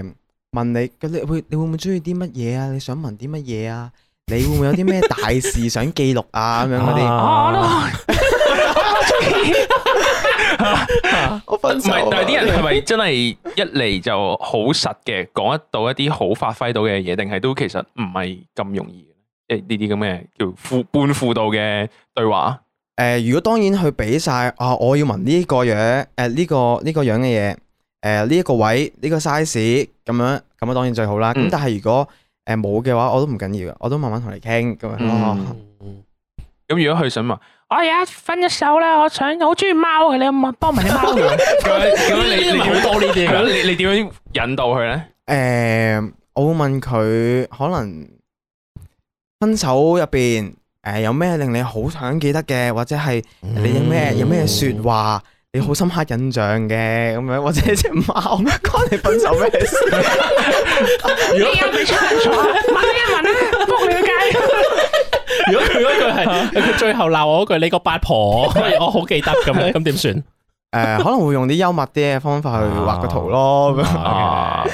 [SPEAKER 4] 問你，咁你會你會唔會中意啲乜嘢啊？你想紋啲乜嘢啊？你會唔會有啲咩大事想記錄啊？咁樣嗰啲，
[SPEAKER 6] 哦
[SPEAKER 2] 啊
[SPEAKER 4] 我
[SPEAKER 3] 唔
[SPEAKER 4] 分手啊
[SPEAKER 3] 係，但係啲人係咪真係一嚟就好實嘅，講得到一啲好發揮到嘅嘢，定係都其實唔係咁容易嘅？即係呢啲咁嘅叫輔半輔導嘅對話，
[SPEAKER 4] 誒、呃如果當然佢俾晒啊，我要紋呢個樣，誒、呢、個呢、個樣嘅嘢，誒呢一個位呢、個 size 咁樣，咁啊當然最好啦。咁、
[SPEAKER 3] 嗯
[SPEAKER 4] 但係如果誒冇嘅話，我都唔緊要嘅，我都慢慢同你傾咁樣。
[SPEAKER 3] 嗯
[SPEAKER 4] 哦
[SPEAKER 3] 咁如果佢想話，
[SPEAKER 6] 我而家哎分咗手啦，我想好中意貓嘅，你有冇幫埋你貓啊？
[SPEAKER 3] 咁樣咁樣你你點樣
[SPEAKER 2] 多呢啲
[SPEAKER 3] 係咯你你點樣引導佢咧？
[SPEAKER 4] 誒、呃我會問佢可能分手入邊誒有咩令你好想記得嘅，或者係你有咩有咩説話你好深刻印象嘅咁樣，或者只貓關你分手咩事？
[SPEAKER 6] 你有冇出錯？問一問啊，仆你個街！
[SPEAKER 2] 如果佢嗰句係佢最後鬧我嗰句，你個八 婆，我好記得咁樣，咁點算？
[SPEAKER 4] 誒、呃 可能會用啲幽默啲嘅方法去畫個圖咯， 咁樣
[SPEAKER 3] 啊，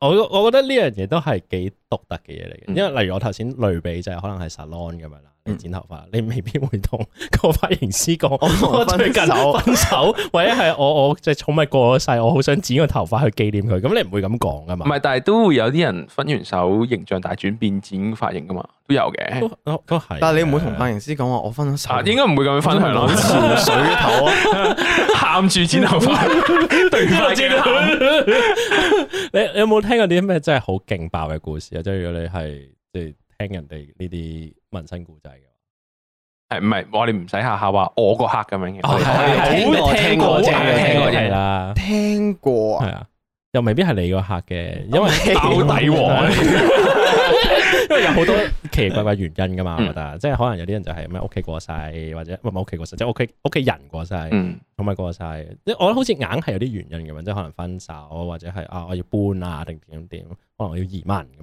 [SPEAKER 2] 我我覺得呢樣嘢都係幾獨特嘅嘢嚟嘅，
[SPEAKER 3] 嗯
[SPEAKER 2] 因為例如我頭先類比就係可能係 salon 咁樣啦，你
[SPEAKER 4] 嗯
[SPEAKER 2] 剪頭髮，你未必會同 個髮型師講，
[SPEAKER 4] 我
[SPEAKER 2] 我最近
[SPEAKER 4] 分手
[SPEAKER 2] 分手，或者係我我隻寵物過咗世，我好想剪個頭髮去紀念佢，咁你唔會咁講噶
[SPEAKER 3] 唔
[SPEAKER 2] 嘛？
[SPEAKER 3] 係，但係都會有啲人分完手形象大轉變剪髮型噶嘛，都有嘅。
[SPEAKER 2] 都都都係，
[SPEAKER 4] 但係你唔會同髮型師講話我分咗手，
[SPEAKER 3] 啊，應該唔會咁樣分享咯，
[SPEAKER 4] 潮水頭啊！
[SPEAKER 3] 喊住剪頭髮， 對髮嘅喊
[SPEAKER 2] 你你有冇聽過啲咩真係好勁爆嘅故事啊？即係如果你係即係聽人哋呢啲紋身故仔嘅話。
[SPEAKER 3] 係唔係？我哋唔使下下話我個客咁樣嘅，
[SPEAKER 2] 哦
[SPEAKER 3] 我哋
[SPEAKER 2] 係
[SPEAKER 5] 聽過
[SPEAKER 2] 聽
[SPEAKER 5] 聽啊
[SPEAKER 2] 過聽過聽過
[SPEAKER 3] 聽
[SPEAKER 5] 過聽過
[SPEAKER 3] 過
[SPEAKER 2] 係啦，
[SPEAKER 4] 聽過
[SPEAKER 2] 係
[SPEAKER 4] 啊，
[SPEAKER 2] 啊，又未必係你個客嘅，因為
[SPEAKER 3] 兜底王。
[SPEAKER 2] 因為有好多奇奇怪怪原因噶嘛，我
[SPEAKER 3] 嗯
[SPEAKER 2] 覺得，即係可能有啲人就係咩屋企過世，或者唔係屋企過世，即係屋企屋企人過世，寵
[SPEAKER 3] 嗯，
[SPEAKER 2] 物過世，即係我覺得好似硬係有啲原因咁樣，即係可能分手，或者係啊我要搬啊，定點點，可能我要移民咁樣。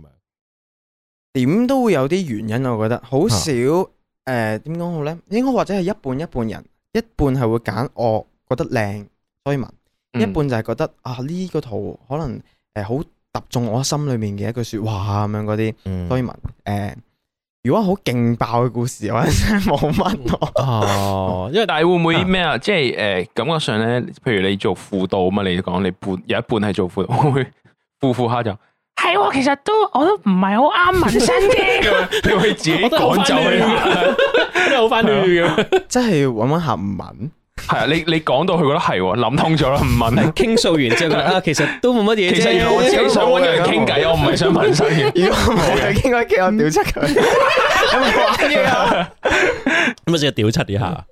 [SPEAKER 4] 點都會有啲原因，我覺得
[SPEAKER 3] 啊
[SPEAKER 4] 好少誒點講好咧？應該或者係一半一半人，一半係會揀我覺得靚，所以紋；
[SPEAKER 3] 嗯
[SPEAKER 4] 一半就係覺得啊呢個圖可能誒好揼中我心裏面嘅一句説話啊咁樣嗰啲，
[SPEAKER 2] 嗯
[SPEAKER 4] 所以紋誒。如果好勁爆嘅故事，我真係冇 乜我。
[SPEAKER 2] 哦，因為
[SPEAKER 3] 但係會唔會
[SPEAKER 2] 啊
[SPEAKER 3] 咩啊？即係誒感覺上咧，譬如你做輔導啊嘛，你講你半有一半係做輔導，會唔會 輔輔下就
[SPEAKER 6] 係喎，其實都我都唔係好啱紋身嘅。
[SPEAKER 3] 你會自己
[SPEAKER 2] 我都好
[SPEAKER 3] 趕
[SPEAKER 2] 翻
[SPEAKER 3] 走
[SPEAKER 2] 亂
[SPEAKER 3] 佢？
[SPEAKER 2] 㗎，真係好翻亂咁。
[SPEAKER 4] 真係揾揾下唔紋，
[SPEAKER 3] 係啊，你你講到佢覺得係喎，諗通咗啦，唔問啦。
[SPEAKER 5] 傾訴完之後覺得啊，其實都冇乜嘢啫。
[SPEAKER 3] 其實原來我自己想揾個人傾偈，我唔係想問身 嘅。
[SPEAKER 4] 如果冇就應該叫我屌出佢，有冇玩嘢啊？
[SPEAKER 2] 咁咪試下屌柒一下，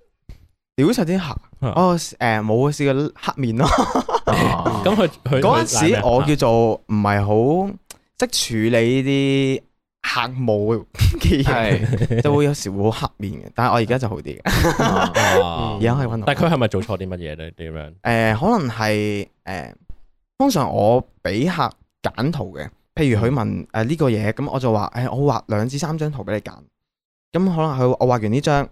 [SPEAKER 4] 屌柒啲鞋，哦誒冇啊，試過黑面咯。
[SPEAKER 3] 咁
[SPEAKER 2] 咁佢佢啊
[SPEAKER 4] 嗰陣時我
[SPEAKER 2] 叫
[SPEAKER 4] 叫做唔係好識處理呢啲客務嘅 嘢，
[SPEAKER 3] 係
[SPEAKER 4] 就會有時會好黑面嘅。但係我而家就好啲嘅，
[SPEAKER 2] 哦
[SPEAKER 4] 而家係温
[SPEAKER 2] 但係佢係咪做錯啲乜嘢咧？點樣？
[SPEAKER 4] 誒可能係誒、通常我俾客揀圖嘅，譬如佢問誒呢個嘢，咁我就話誒、我畫兩至三張圖俾你揀，咁可能佢我畫完呢張，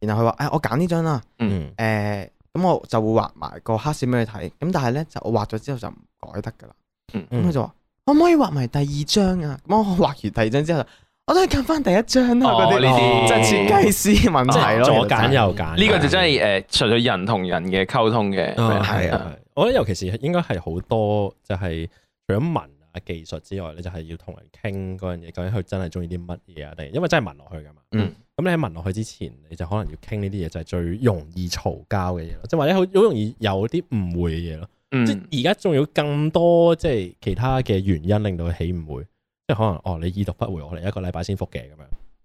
[SPEAKER 4] 然後佢話誒我揀呢張啦。
[SPEAKER 2] 嗯
[SPEAKER 4] 誒、咁我就會畫埋個黑線俾佢睇，咁但係咧就我畫咗之後就唔改得噶啦。
[SPEAKER 3] 嗯
[SPEAKER 4] 咁佢就話可唔可以畫埋第二張啊？咁我畫完第二張之後就，我都係揀翻第一張啦。
[SPEAKER 3] 哦
[SPEAKER 4] 嗰
[SPEAKER 3] 呢
[SPEAKER 4] 啲
[SPEAKER 3] 啲
[SPEAKER 4] 即係設計師
[SPEAKER 2] 啊
[SPEAKER 4] 問題咯。
[SPEAKER 2] 左
[SPEAKER 4] 其實
[SPEAKER 2] 揀
[SPEAKER 4] 真係
[SPEAKER 2] 右揀，
[SPEAKER 3] 呢個就真係誒，純粹人同人嘅溝通嘅。
[SPEAKER 2] 啊
[SPEAKER 4] 係
[SPEAKER 2] 係啊！我覺得尤其是應該係好多就係除咗文啊技術之外，你就係要同人傾嗰樣嘢，究竟佢真係中意啲乜嘢啊？定係因為真係文落去噶嘛？
[SPEAKER 4] 嗯。
[SPEAKER 2] 咁你喺文落去之前，你就可能要傾呢啲嘢，就係最容易嘈交嘅嘢咯，即係或者好好容易有啲誤會嘅嘢咯。即
[SPEAKER 3] 嗯，
[SPEAKER 2] 係而家仲有更多即係其他嘅原因令到佢起誤會，即係可能哦你已讀不回，我哋一個禮拜先復嘅咁樣，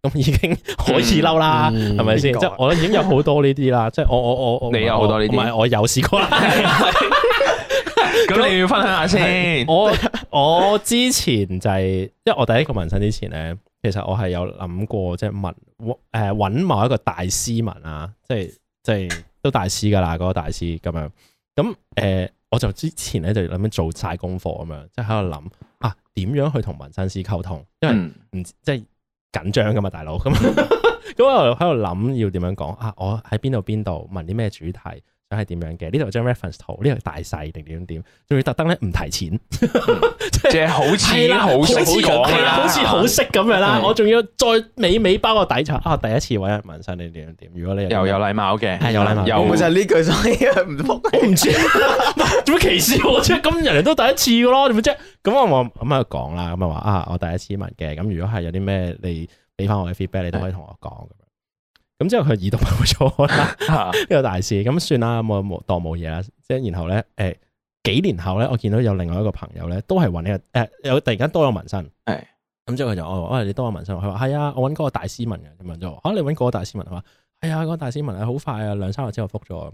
[SPEAKER 2] 咁已經可以嬲啦，
[SPEAKER 5] 嗯
[SPEAKER 2] 係咪先？
[SPEAKER 4] 邊
[SPEAKER 2] 即
[SPEAKER 4] 個
[SPEAKER 2] 係我已經有好多呢啲啦， 即係我我我我
[SPEAKER 3] 啊你有好多呢啲
[SPEAKER 2] 唔係我有試 過啦。
[SPEAKER 3] 咁你要分享下先。
[SPEAKER 2] 我我之前就係、因為我第一個紋身之前咧，其實我係有諗過即係紋誒揾某一個大師紋啊，即係即係都大師噶啦，嗰、個大師咁樣。咁誒、呃我就之前咧就諗緊做晒功課咁樣，即係喺度諗啊點樣去同紋身師溝通，因為
[SPEAKER 3] 嗯
[SPEAKER 2] 唔知即係緊張噶嘛，大佬咁。咁我喺度諗要點樣講啊？我喺邊度邊度問啲咩主題，想係點樣嘅？呢度張 reference 圖，呢度大細定點點，仲要特登咧唔提錢，
[SPEAKER 3] 即係好
[SPEAKER 2] 係
[SPEAKER 3] 似
[SPEAKER 2] 啦，
[SPEAKER 3] 好識
[SPEAKER 2] 似
[SPEAKER 3] 講
[SPEAKER 2] 係啦
[SPEAKER 3] 啦，
[SPEAKER 2] 好似好識咁樣啦。
[SPEAKER 4] 係
[SPEAKER 2] 我仲要再尾尾包個底層啊！第一次揾人紋身你點點？如果你
[SPEAKER 3] 又有禮貌嘅，
[SPEAKER 2] 係有禮貌
[SPEAKER 3] 又
[SPEAKER 4] 會唔會就係呢句，所以唔 復？
[SPEAKER 2] 我唔知， 做咩歧視我啫？咁人人都第一次噶咯，點啫？咁我話咁喺度講啦，咁啊話啊，我第一次問嘅，咁如果係有啲咩你俾翻我嘅 feedback，你都可以同我講咁樣。咁之後佢耳朵冇咗啦，
[SPEAKER 3] 嚇
[SPEAKER 2] 呢個大事，咁算啦，咁我冇當冇嘢啦。即係然後咧，誒幾年後咧，我見到有另外一個朋友咧，都係揾呢個誒有突然間多咗紋身，
[SPEAKER 3] 係
[SPEAKER 2] 咁之後佢就我話喂你多咗紋身，佢話係啊，我揾嗰個大斯文嘅咁樣就話嚇你揾嗰個大斯文係嘛？係啊，嗰個大斯文啊，好快啊，兩三日之後復咗咁樣。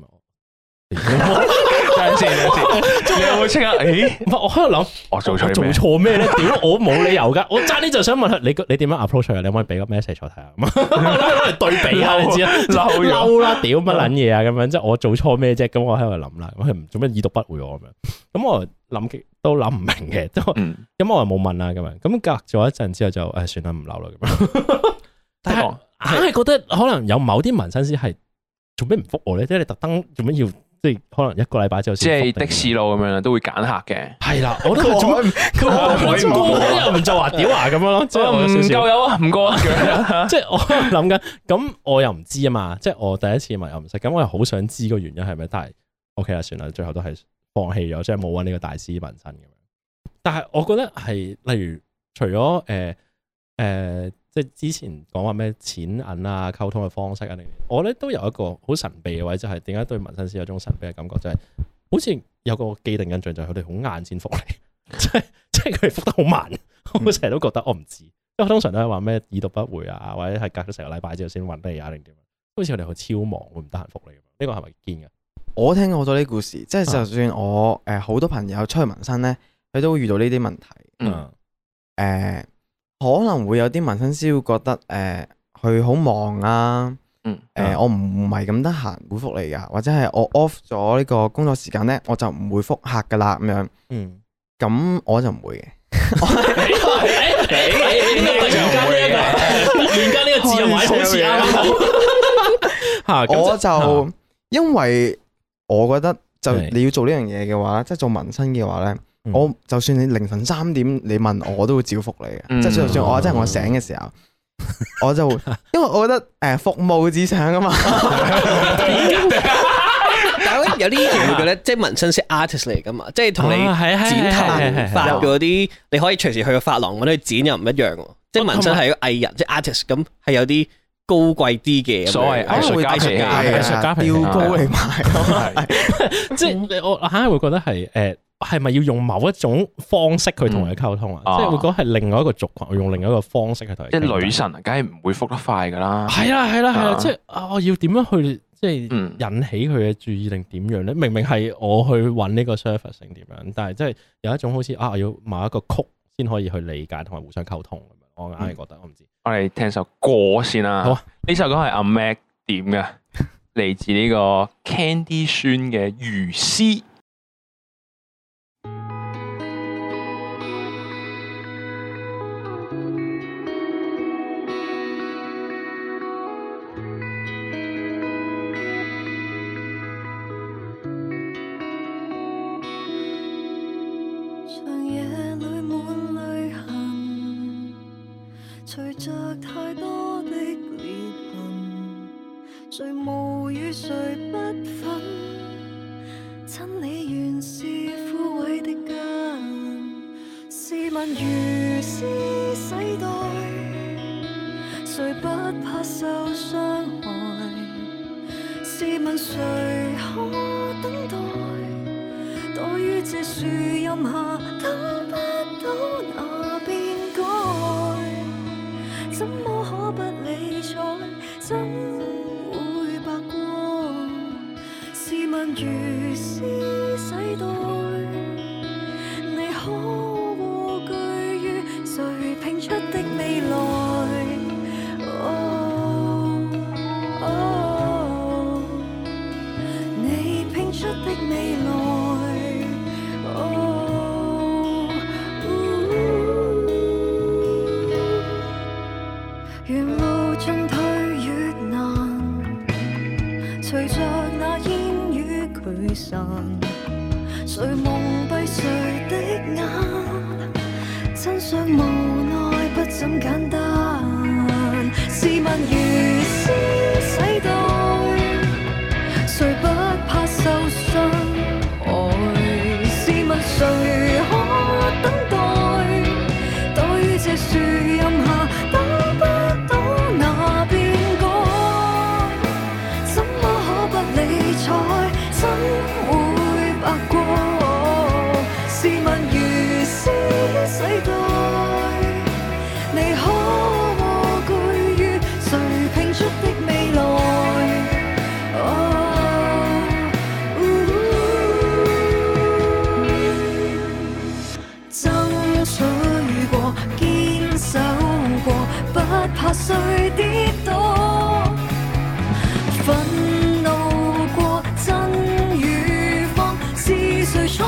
[SPEAKER 3] 等陣先，等 陣先，你有冇即刻？誒，
[SPEAKER 2] 唔係，我喺度諗，
[SPEAKER 3] 我做
[SPEAKER 2] 我
[SPEAKER 3] 錯
[SPEAKER 2] 做
[SPEAKER 3] 咩？
[SPEAKER 2] 錯咩咧？屌，我冇理由噶，我爭啲就想問下你個，你點樣 approach 佢啊？你可唔可以俾個 message 我睇 下？咁啊攞嚟對比下，你知啊？
[SPEAKER 3] 嬲 咗
[SPEAKER 2] 嬲啦，屌乜撚嘢啊？咁樣即係我做錯咩啫？咁我喺度諗啦，咁佢唔做咩已讀不回我咁樣，咁我諗極都諗唔明嘅， 即係
[SPEAKER 3] 嗯，
[SPEAKER 2] 咁我又冇問啦咁樣，咁隔咗一陣之後就誒算啦，唔嬲啦咁樣， 但係
[SPEAKER 3] 哦
[SPEAKER 2] 硬係覺得可能有某啲紋身師係做咩唔復我咧？即係你特登做咩要即係可能一個禮拜之後
[SPEAKER 3] 即
[SPEAKER 2] 先復
[SPEAKER 3] 係
[SPEAKER 2] 定
[SPEAKER 3] 的士佬咁樣啦，都會揀客嘅。
[SPEAKER 2] 係啦， 我覺得佢做咩？佢
[SPEAKER 4] 我唔可以
[SPEAKER 2] 做
[SPEAKER 4] 冇
[SPEAKER 2] 咩又唔做啊屌啊咁樣 咯，即係我有
[SPEAKER 3] 唔
[SPEAKER 2] 少少
[SPEAKER 3] 夠。有啊，唔過啊，
[SPEAKER 2] 即係我 諗緊，咁我又唔知啊嘛，即係我第一次問又唔識，咁我又好想知個原因係咪，但係 OK 啦，算啦，最後都係放棄咗，即係冇揾呢個大師紋身咁樣。但係我覺得係，例如除咗誒誒，即係之前講話咩錢銀啊、溝通嘅方式啊，定我咧都有一個好神秘嘅位，就係點解對紋身師有種神秘嘅感覺，就係、好似有個既定印象就係佢哋好晏先復你， 即係即係佢哋復得好慢，我成日都覺得我唔知。因為通常都係話咩已讀不回啊，或者係隔咗成個禮拜之後先揾你啊，定點？好似我哋好超忙，會唔得閒覆你咁。啊呢個係咪堅嘅？
[SPEAKER 4] 我聽過好多呢啲故事，即係
[SPEAKER 2] 啊
[SPEAKER 4] 就算我誒好多朋友出去紋身咧，佢都會遇到呢啲問題。
[SPEAKER 3] 嗯，
[SPEAKER 4] 誒、可能會有啲紋身師會覺得誒佢好忙啊，
[SPEAKER 3] 嗯
[SPEAKER 4] 誒、我唔唔係咁得閒回覆你噶，或者係我 off 咗呢個工作時間咧，我就唔回覆客噶啦咁樣，
[SPEAKER 2] 嗯，
[SPEAKER 4] 咁我就唔會嘅。
[SPEAKER 2] 突然間呢個字位好似啱啱好。嚇，
[SPEAKER 4] 我
[SPEAKER 2] 啊咁即
[SPEAKER 4] 就因為我覺得就
[SPEAKER 2] 係
[SPEAKER 4] 你要做呢樣嘢嘅話，即係做紋身嘅話咧，
[SPEAKER 2] 嗯
[SPEAKER 4] 我就算你凌晨三點你問我，我都會照覆你
[SPEAKER 3] 嗯
[SPEAKER 4] 嘅。即係就算我即係我醒嘅時 候，我就因為我覺得誒服務至上啊嘛，
[SPEAKER 5] 但係有啲人會覺得，即係紋身師 artist 嚟噶嘛，即係同你
[SPEAKER 2] 啊係係
[SPEAKER 5] 剪頭
[SPEAKER 2] 係係係係
[SPEAKER 5] 髮嗰啲，你可以隨時去個髮廊揾佢剪又唔一樣喎。即係紋身係一個藝人，即係 artist 咁，係有啲高貴啲嘅咁樣。
[SPEAKER 3] 所謂藝術家
[SPEAKER 5] 藝術家
[SPEAKER 3] 脾氣
[SPEAKER 2] 啊藝術家脾氣
[SPEAKER 4] 啊吊高你啊埋。
[SPEAKER 2] 即係我硬係會覺得係誒，係咪要用某一種方式去同佢溝通啊？
[SPEAKER 3] 嗯
[SPEAKER 2] 即係會覺得係另外一個族群，用另外一個方式去同佢
[SPEAKER 3] 即
[SPEAKER 2] 傾偈。
[SPEAKER 3] 係女神，啊梗係唔會復得快噶啦。
[SPEAKER 2] 係啦係啦係啦，
[SPEAKER 3] 啊
[SPEAKER 2] 即係啊，我要點樣去即係
[SPEAKER 3] 嗯
[SPEAKER 2] 引起佢嘅注意定點樣咧？明明係我去揾呢個 service 定點樣，但係即係有一種好似啊，我要某一個曲先可以去理解同埋互相溝通咁樣。我硬係覺得我唔知，
[SPEAKER 3] 我哋聽首歌先啦。
[SPEAKER 2] 好啊，
[SPEAKER 3] 呢首歌係阿 Mac 點 嘅，嚟自呢個 Candy 孫嘅《魚絲》。
[SPEAKER 7] 長夜裏滿淚痕，隨着太多的裂痕，誰無與誰不忿？真理原是枯萎的家人，試問如斯世代，誰不怕受傷害？試問誰可等待？躲於這樹蔭下，等不到那變改，怎麼可不理睬？怎會白過？試問如斯世代，你可和居於誰拼出的未來？哦哦你拼出的未來。哦呜原路進退如歲跌倒。憤怒過真與謊，是誰闖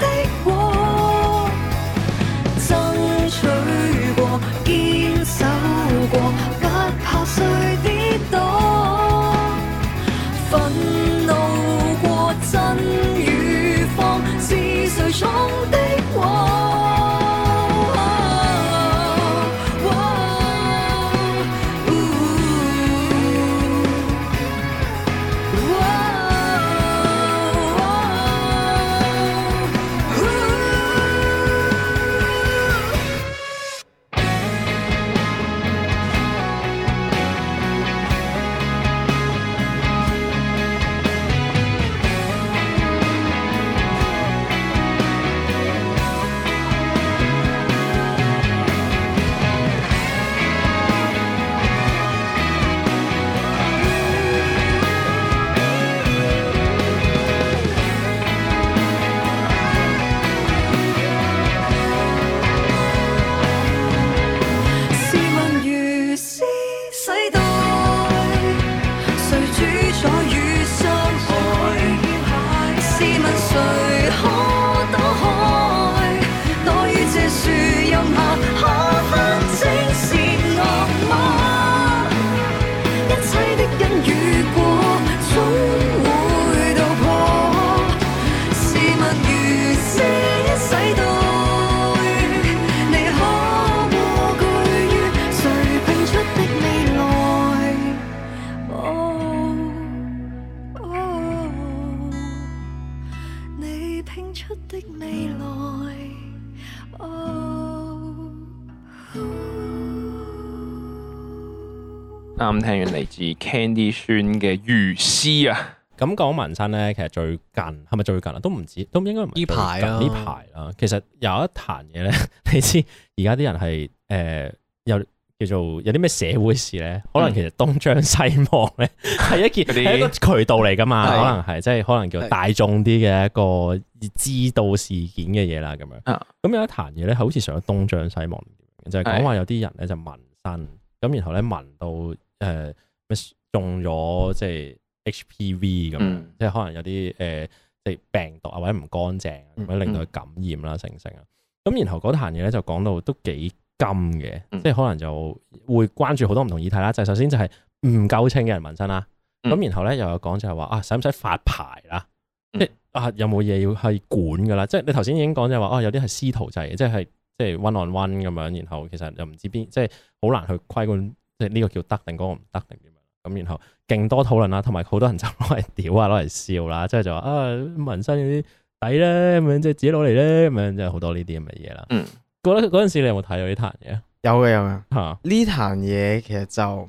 [SPEAKER 7] 的禍？爭取過，堅守過，不怕碎跌倒。憤怒過真與謊，是誰闖的禍？試問如是世代，誰主宰與傷害？試問誰可躲開？躲於這樹蔭下，可分清善惡嗎？一切的因與果，總會道破。試問如是世代，你可蝸居於誰拼出的未來？哦哦，你拼出的未來。哦。
[SPEAKER 3] 啱聽完嚟自 Candy 孫嘅魚絲啊，
[SPEAKER 2] 咁講紋身咧，其實最近係咪最近啊？都唔止，都應該唔係
[SPEAKER 5] 呢排啊
[SPEAKER 2] 最近呢排啦。其實有一壇嘢咧， 你知而家啲人係誒、呃有叫做有啲咩社會事咧，可能
[SPEAKER 3] 嗯
[SPEAKER 2] 其實東張西望咧係一件
[SPEAKER 3] 嗰啲
[SPEAKER 2] 係一個渠道嚟噶嘛，
[SPEAKER 5] 係
[SPEAKER 2] 可能係即係可能叫
[SPEAKER 5] 係
[SPEAKER 2] 大眾啲嘅一個知道事件嘅嘢啦咁樣
[SPEAKER 3] 啊。
[SPEAKER 2] 咁有一壇嘢咧，好似上咗東張西望咁樣，就係講話有啲人咧就紋身，咁然後咧紋到誒咩呃中咗即係 HPV 咁樣。
[SPEAKER 3] 嗯
[SPEAKER 2] 即係可能有啲誒、呃即係病毒啊或者唔乾淨啊，
[SPEAKER 3] 嗯
[SPEAKER 2] 咁樣令到佢感染啦，成成啊。咁然後嗰壇嘢咧就講到都幾金嘅，
[SPEAKER 3] 嗯
[SPEAKER 2] 即係可能就會關注好多唔同議題啦。就係首先就係唔夠稱嘅人紋身啦，咁、
[SPEAKER 3] 嗯
[SPEAKER 2] 然後咧又有講就係話啊，使唔使發牌啦？
[SPEAKER 3] 嗯
[SPEAKER 2] 即係啊，有冇嘢要去管噶啦？即係你頭先已經講就係話，哦，有啲係師徒制嘅，即係即係 one on one 咁樣，然後其實又唔知邊，即係好難去規管，即係呢個叫得定嗰個唔得定點樣。咁然後勁多討論啊啦，同埋好多人就攞嚟屌啊，攞嚟笑啦，即係就話啊紋身嗰啲抵咧，咁樣即係自己攞嚟咧，咁樣即係好多呢啲咁嘅嘢啦。
[SPEAKER 3] 嗯，
[SPEAKER 2] 覺得嗰陣時你有冇睇到呢壇嘢啊
[SPEAKER 4] 有嘅有嘅。
[SPEAKER 2] 嚇？
[SPEAKER 4] 呢壇嘢其實就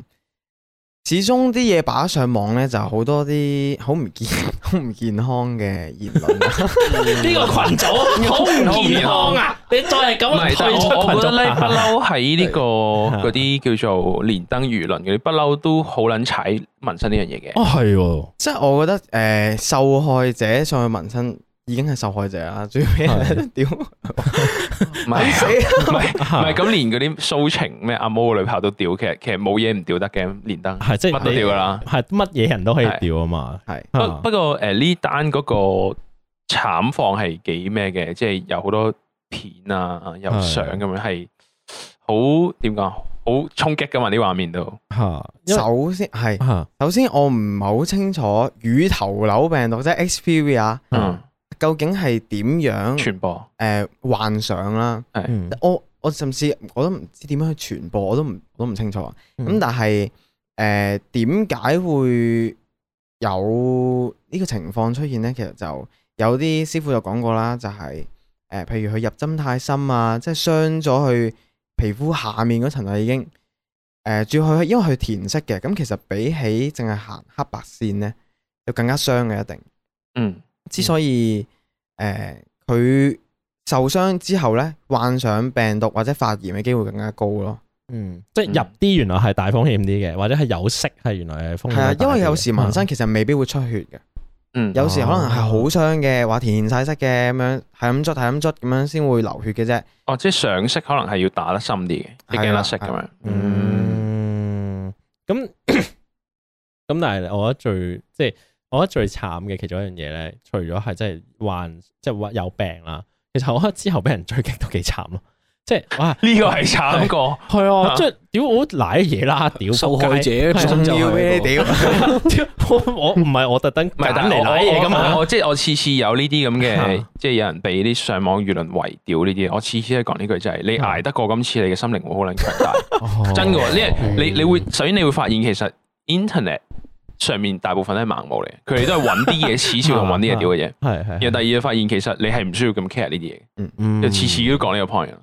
[SPEAKER 4] 始終啲嘢擺上網咧，就好多啲好唔健 好唔健康嘅言 論。
[SPEAKER 2] 呢個群組好
[SPEAKER 3] 唔健康
[SPEAKER 2] 啊！你再係
[SPEAKER 3] 嗯唔啊係，但係我我覺得咧，不嬲喺呢個
[SPEAKER 2] 係
[SPEAKER 3] 嗰啲叫做連登輿論嗰啲，不嬲都好撚踩紋身呢樣嘢嘅。
[SPEAKER 2] 哦係喎，
[SPEAKER 4] 即係我覺得誒、呃受害者上去紋身已經係受害者啦，最尾
[SPEAKER 2] 係
[SPEAKER 4] 屌
[SPEAKER 3] 唔係
[SPEAKER 4] 死
[SPEAKER 2] 啊
[SPEAKER 3] 唔係唔係咁，連嗰啲蘇晴咩阿毛嘅女朋友都屌，其實其實冇嘢唔屌得嘅連登，
[SPEAKER 2] 係即係
[SPEAKER 3] 乜都屌噶啦。
[SPEAKER 2] 係乜嘢人都可以屌啊嘛。
[SPEAKER 4] 係
[SPEAKER 3] 不不過誒呢單嗰個慘況係幾咩嘅，即係有好多片啊，有
[SPEAKER 2] 係
[SPEAKER 3] 相咁樣係好點講，好衝擊噶嘛啲畫面度。
[SPEAKER 2] 嚇，因為
[SPEAKER 4] 首先係
[SPEAKER 2] 嚇
[SPEAKER 4] 首先我唔係好清楚乳頭瘤病毒即係 HPV 啊，
[SPEAKER 3] 嗯，
[SPEAKER 4] 究竟係點樣誒、
[SPEAKER 3] 傳播
[SPEAKER 4] 呃患上啦？
[SPEAKER 2] 嗯
[SPEAKER 4] 我我甚至我都唔知點樣去傳播，我都唔我都唔清楚。啊咁、
[SPEAKER 2] 嗯
[SPEAKER 4] 但係誒點解會有呢個情況出現呢？其實就有啲師傅就講過啦，就係、呃譬如佢入針太深啊，即係傷咗佢皮膚下面嗰層啊，已經誒、呃主要佢因為佢填色嘅，咁其實比起淨係行黑白線呢，就更加傷嘅一定。
[SPEAKER 3] 嗯
[SPEAKER 4] 之所以誒佢、受傷之後咧，患上病毒或者發炎嘅機會更加高咯。
[SPEAKER 2] 嗯，即係入啲原來係大風險啲嘅，或者係有色係原來係風險
[SPEAKER 4] 係啊
[SPEAKER 2] 哦大啲，嘅。
[SPEAKER 4] 因為有時紋身
[SPEAKER 2] 啊
[SPEAKER 4] 其實未必會出血嘅，
[SPEAKER 3] 嗯，
[SPEAKER 4] 有時可能係好傷嘅，話填晒色嘅咁樣，係咁捽係咁捽咁樣先會
[SPEAKER 3] 啊
[SPEAKER 4] 流血嘅啫。
[SPEAKER 3] 哦，即係上色可能係要打得深啲嘅，啲
[SPEAKER 4] 係
[SPEAKER 3] 鏡
[SPEAKER 4] 啦
[SPEAKER 3] 甩色咁樣。
[SPEAKER 2] 嗯咁但係我覺得最即係我覺得最慘嘅其中一樣嘢咧，除咗係即係患即係患有病啦，其實我覺得之後俾人追擊都幾慘咯。即係哇，
[SPEAKER 3] 呢個係慘過，
[SPEAKER 2] 係啊，即係屌我賴嘢啦，屌
[SPEAKER 5] 受害者
[SPEAKER 2] 仆街
[SPEAKER 5] 本身
[SPEAKER 4] 仲
[SPEAKER 5] 就係
[SPEAKER 4] 要
[SPEAKER 5] 嗰
[SPEAKER 4] 俾你
[SPEAKER 5] 個
[SPEAKER 4] 屌，
[SPEAKER 2] 屌我我唔係我特登
[SPEAKER 3] 唔係
[SPEAKER 2] 揀嚟賴嘢噶嘛。
[SPEAKER 3] 我我即係我次次有呢啲咁嘅
[SPEAKER 2] 嚇，
[SPEAKER 3] 即係有人俾啲上網輿論圍屌呢啲，我次次都係講呢句就係你
[SPEAKER 2] 嚇
[SPEAKER 3] 捱得過今次，你嘅心靈會好撚強大。
[SPEAKER 2] 哦
[SPEAKER 3] 真嘅喎，
[SPEAKER 2] 嗯
[SPEAKER 3] 因為你你會首先你會發現其實 Internet 上面大部分都係盲毛嚟，佢哋都係揾啲嘢恥笑同揾啲嘢屌嘅嘢。
[SPEAKER 2] 係係，
[SPEAKER 3] 然後第二，發現其實你係唔需要咁 care 呢啲嘢，
[SPEAKER 2] 嗯
[SPEAKER 3] 就次次都講呢個 point 啦。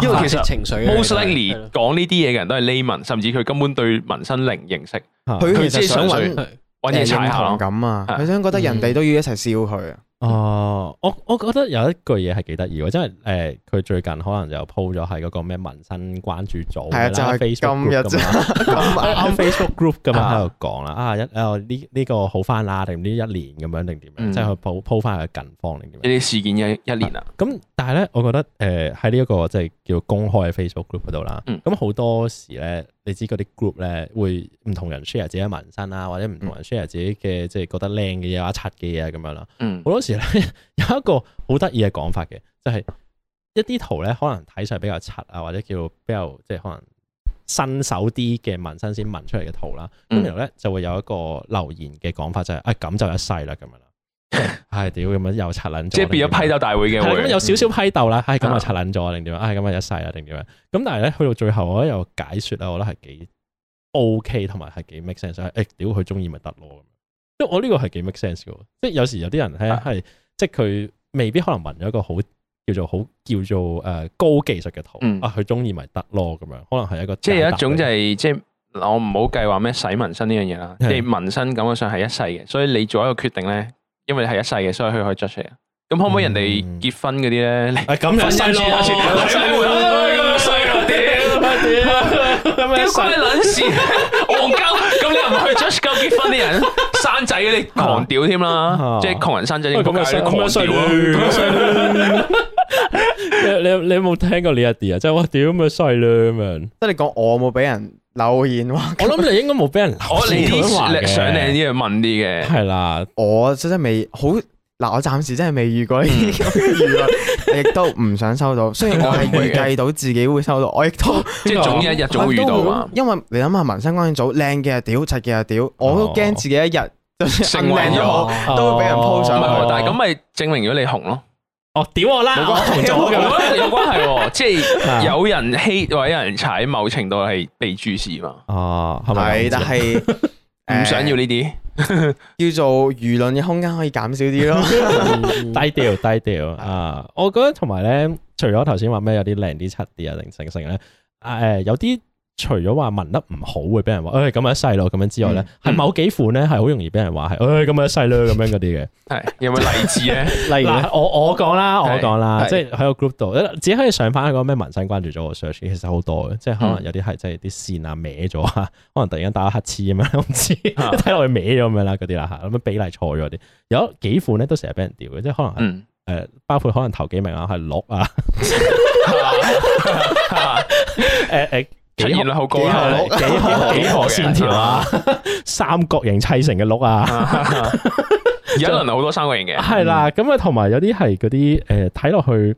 [SPEAKER 3] 因為
[SPEAKER 5] 發
[SPEAKER 3] 其
[SPEAKER 5] 泄
[SPEAKER 3] 實
[SPEAKER 5] 情緒啊
[SPEAKER 3] most
[SPEAKER 5] 係
[SPEAKER 3] likely
[SPEAKER 5] 咯
[SPEAKER 3] 講呢啲嘢嘅人都係 layman，甚至佢根本對民生零認識，
[SPEAKER 2] 啊
[SPEAKER 4] 佢其
[SPEAKER 3] 佢
[SPEAKER 4] 實
[SPEAKER 3] 即係
[SPEAKER 4] 想
[SPEAKER 3] 純
[SPEAKER 4] 揾
[SPEAKER 3] 粹
[SPEAKER 5] 係
[SPEAKER 3] 揾嘢踩
[SPEAKER 4] 認
[SPEAKER 3] 下
[SPEAKER 4] 同
[SPEAKER 3] 咯。
[SPEAKER 4] 感啊，
[SPEAKER 3] 係
[SPEAKER 4] 佢想覺得人哋都要一齊笑佢啊。
[SPEAKER 2] 哦，我我覺得有一句嘢係幾得意喎，因為誒佢最近可能就 po 咗喺嗰個咩民生關注組
[SPEAKER 4] 係啊就係
[SPEAKER 2] Facebook
[SPEAKER 4] 今日
[SPEAKER 2] group
[SPEAKER 4] 啫
[SPEAKER 2] 咁嘛
[SPEAKER 4] 啊
[SPEAKER 2] 喺 Facebook group 咁嘛
[SPEAKER 3] 啊
[SPEAKER 2] 喺度講啦，啊一啊呢呢個好翻啦，定唔知一年咁樣定點樣，
[SPEAKER 3] 嗯
[SPEAKER 2] 即係佢 po po 翻佢近況定點樣
[SPEAKER 3] 呢。啲事件一一年啊，
[SPEAKER 2] 咁但係咧，我覺得誒喺呢一個即係叫公開嘅 Facebook group 嗰度啦，
[SPEAKER 3] 嗯
[SPEAKER 2] 咁好、多時咧，你知嗰啲 group 咧會唔同人 share 自己嘅紋身啊，或者唔同
[SPEAKER 4] 嗯
[SPEAKER 2] 人 share 自己嘅即係覺得靚嘅嘢啊、柒嘅嘢啊咁樣啦。
[SPEAKER 3] 嗯
[SPEAKER 2] 好，多時咧 有一個好得意嘅講法嘅，就係、一啲圖咧可能睇上去比較柒啊，或者叫比較即係可能新手啲嘅紋身先紋出嚟嘅圖啦。咁
[SPEAKER 3] 嗯
[SPEAKER 2] 然後咧就會有一個留言嘅講法就係、啊咁就一世啦咁樣啦。 唉屌咁樣又柒撚咗，
[SPEAKER 3] 即係變咗批鬥大會嘅
[SPEAKER 2] 係啦咁有
[SPEAKER 3] 會，
[SPEAKER 2] 少少批鬥啦，唉，咁啊
[SPEAKER 3] 啊
[SPEAKER 2] 拆撚咗定點樣？唉，咁啊一世啦定點樣？咁但係咧，去到最後我覺得有個解説啦，我覺得係幾 OK 同埋係幾 make sense 就係。誒，屌佢中意咪得咯咁樣，因為我呢個係幾 make sense 嘅喎，即係有時有啲人咧
[SPEAKER 3] 啊
[SPEAKER 2] 係即係佢未必可能紋咗一個好叫做好叫做誒高技術嘅圖
[SPEAKER 3] 嗯
[SPEAKER 2] 啊，佢中意咪得咯咁樣，可能係一個
[SPEAKER 3] 即係有一種就
[SPEAKER 2] 係
[SPEAKER 3] 係即係我唔好計話咩洗紋身呢樣嘢啦，即
[SPEAKER 2] 係
[SPEAKER 3] 係紋身感覺上係一世嘅，所以你做一個決定咧，因為係一世嘅，所以佢可以 judge 你啊。咁可唔可以人
[SPEAKER 2] 嗯
[SPEAKER 3] 哋結婚嗰啲咧？你
[SPEAKER 2] 誒咁樣細咯，
[SPEAKER 3] 咁衰啊！屌，咁樣衰撚事，戇鳩。咁你又唔去 judge 夠結婚啲人生仔嗰啲狂屌添啦
[SPEAKER 2] 啊，
[SPEAKER 3] 即係窮人生仔
[SPEAKER 2] 喂咁
[SPEAKER 3] 啲仆
[SPEAKER 2] 樣
[SPEAKER 3] 街
[SPEAKER 2] 衰，
[SPEAKER 3] 啲狂
[SPEAKER 2] 咁樣衰
[SPEAKER 3] 屌啊咯。
[SPEAKER 2] 咁樣衰 你你你有冇聽過呢一啲啊？即係哇屌咁樣衰啦咁樣。
[SPEAKER 4] 即係你講我冇俾人留言話，
[SPEAKER 2] 啊我諗你應該冇俾人鬧
[SPEAKER 3] 我你啲
[SPEAKER 2] 咁樣話嘅
[SPEAKER 3] 想靚啲嘅問啲嘅，
[SPEAKER 2] 係啦，
[SPEAKER 4] 我真係未好嗱，我暫時真係未遇過呢啲咁
[SPEAKER 3] 嗯
[SPEAKER 4] 嘅輿論，亦都唔想收 到。雖然我係預計到自己會收到，我亦都
[SPEAKER 3] 即係總有一日總會遇到啊嘛。
[SPEAKER 4] 因為你諗下民生關注組靚嘅又屌，柒嘅又屌，我都驚自己一日就
[SPEAKER 3] 哦
[SPEAKER 4] 算
[SPEAKER 3] 成為
[SPEAKER 4] 靚
[SPEAKER 3] 咗哦
[SPEAKER 4] 咗好，都會俾人 po
[SPEAKER 3] 唔
[SPEAKER 4] 上
[SPEAKER 3] 係喎
[SPEAKER 4] 去。
[SPEAKER 3] 但係咁咪證明咗你紅咯，
[SPEAKER 2] 哦，屌我啦，我同咗咁
[SPEAKER 3] 有
[SPEAKER 2] 樣。
[SPEAKER 3] 關有關係喎，即
[SPEAKER 2] 啊
[SPEAKER 3] 係有人 hate 或者有人踩，某程度係被注視嘛，
[SPEAKER 2] 哦，係咪
[SPEAKER 4] 係，但係
[SPEAKER 3] 啊 唔想要
[SPEAKER 4] 呢，
[SPEAKER 3] 呢啲。
[SPEAKER 4] 叫做輿論嘅空間可以減少啲咯。
[SPEAKER 5] 嗯
[SPEAKER 2] 低調低調啊！我覺得同埋咧，除咗頭先話咩有啲靚啲七啲啊，定成成咧，啊誒有啲除咗話紋得唔好會俾人話，誒咁啊一世咯咁樣之外咧，係
[SPEAKER 3] 嗯
[SPEAKER 2] 某幾款咧係好容易俾人話係，誒咁啊一世咯咁樣嗰啲嘅。
[SPEAKER 3] 係有冇例 子咧？
[SPEAKER 2] 例
[SPEAKER 4] 如咧
[SPEAKER 2] 我我講啦，我
[SPEAKER 3] 係
[SPEAKER 2] 講啦，
[SPEAKER 3] 係
[SPEAKER 2] 即係喺個 group 度，只可以上翻嗰個咩民生關注咗個 search，其實好多嘅，即係可能
[SPEAKER 3] 嗯
[SPEAKER 2] 有啲係即係啲線啊歪咗啊， 可能突然間打咗乞嗤咁樣，我唔知
[SPEAKER 3] 啊
[SPEAKER 2] 睇落去歪咗咁樣啦，嗰啲啦嚇，咁樣比例錯咗啲，有幾款咧都成日俾人屌嘅，即係可能係
[SPEAKER 3] 嗯。
[SPEAKER 2] 誒，包括可能頭幾名啊係鹿 啊， 誒誒
[SPEAKER 3] 出
[SPEAKER 2] 幾
[SPEAKER 3] 現
[SPEAKER 2] 何
[SPEAKER 3] 率好高
[SPEAKER 2] 呃幾何
[SPEAKER 3] 啦，
[SPEAKER 2] 幾 何幾何線條啊，三角形砌成嘅鹿啊。
[SPEAKER 3] 而家輪好多三角形嘅，嗯
[SPEAKER 2] 係啦，咁啊，同埋有啲係嗰啲誒睇落去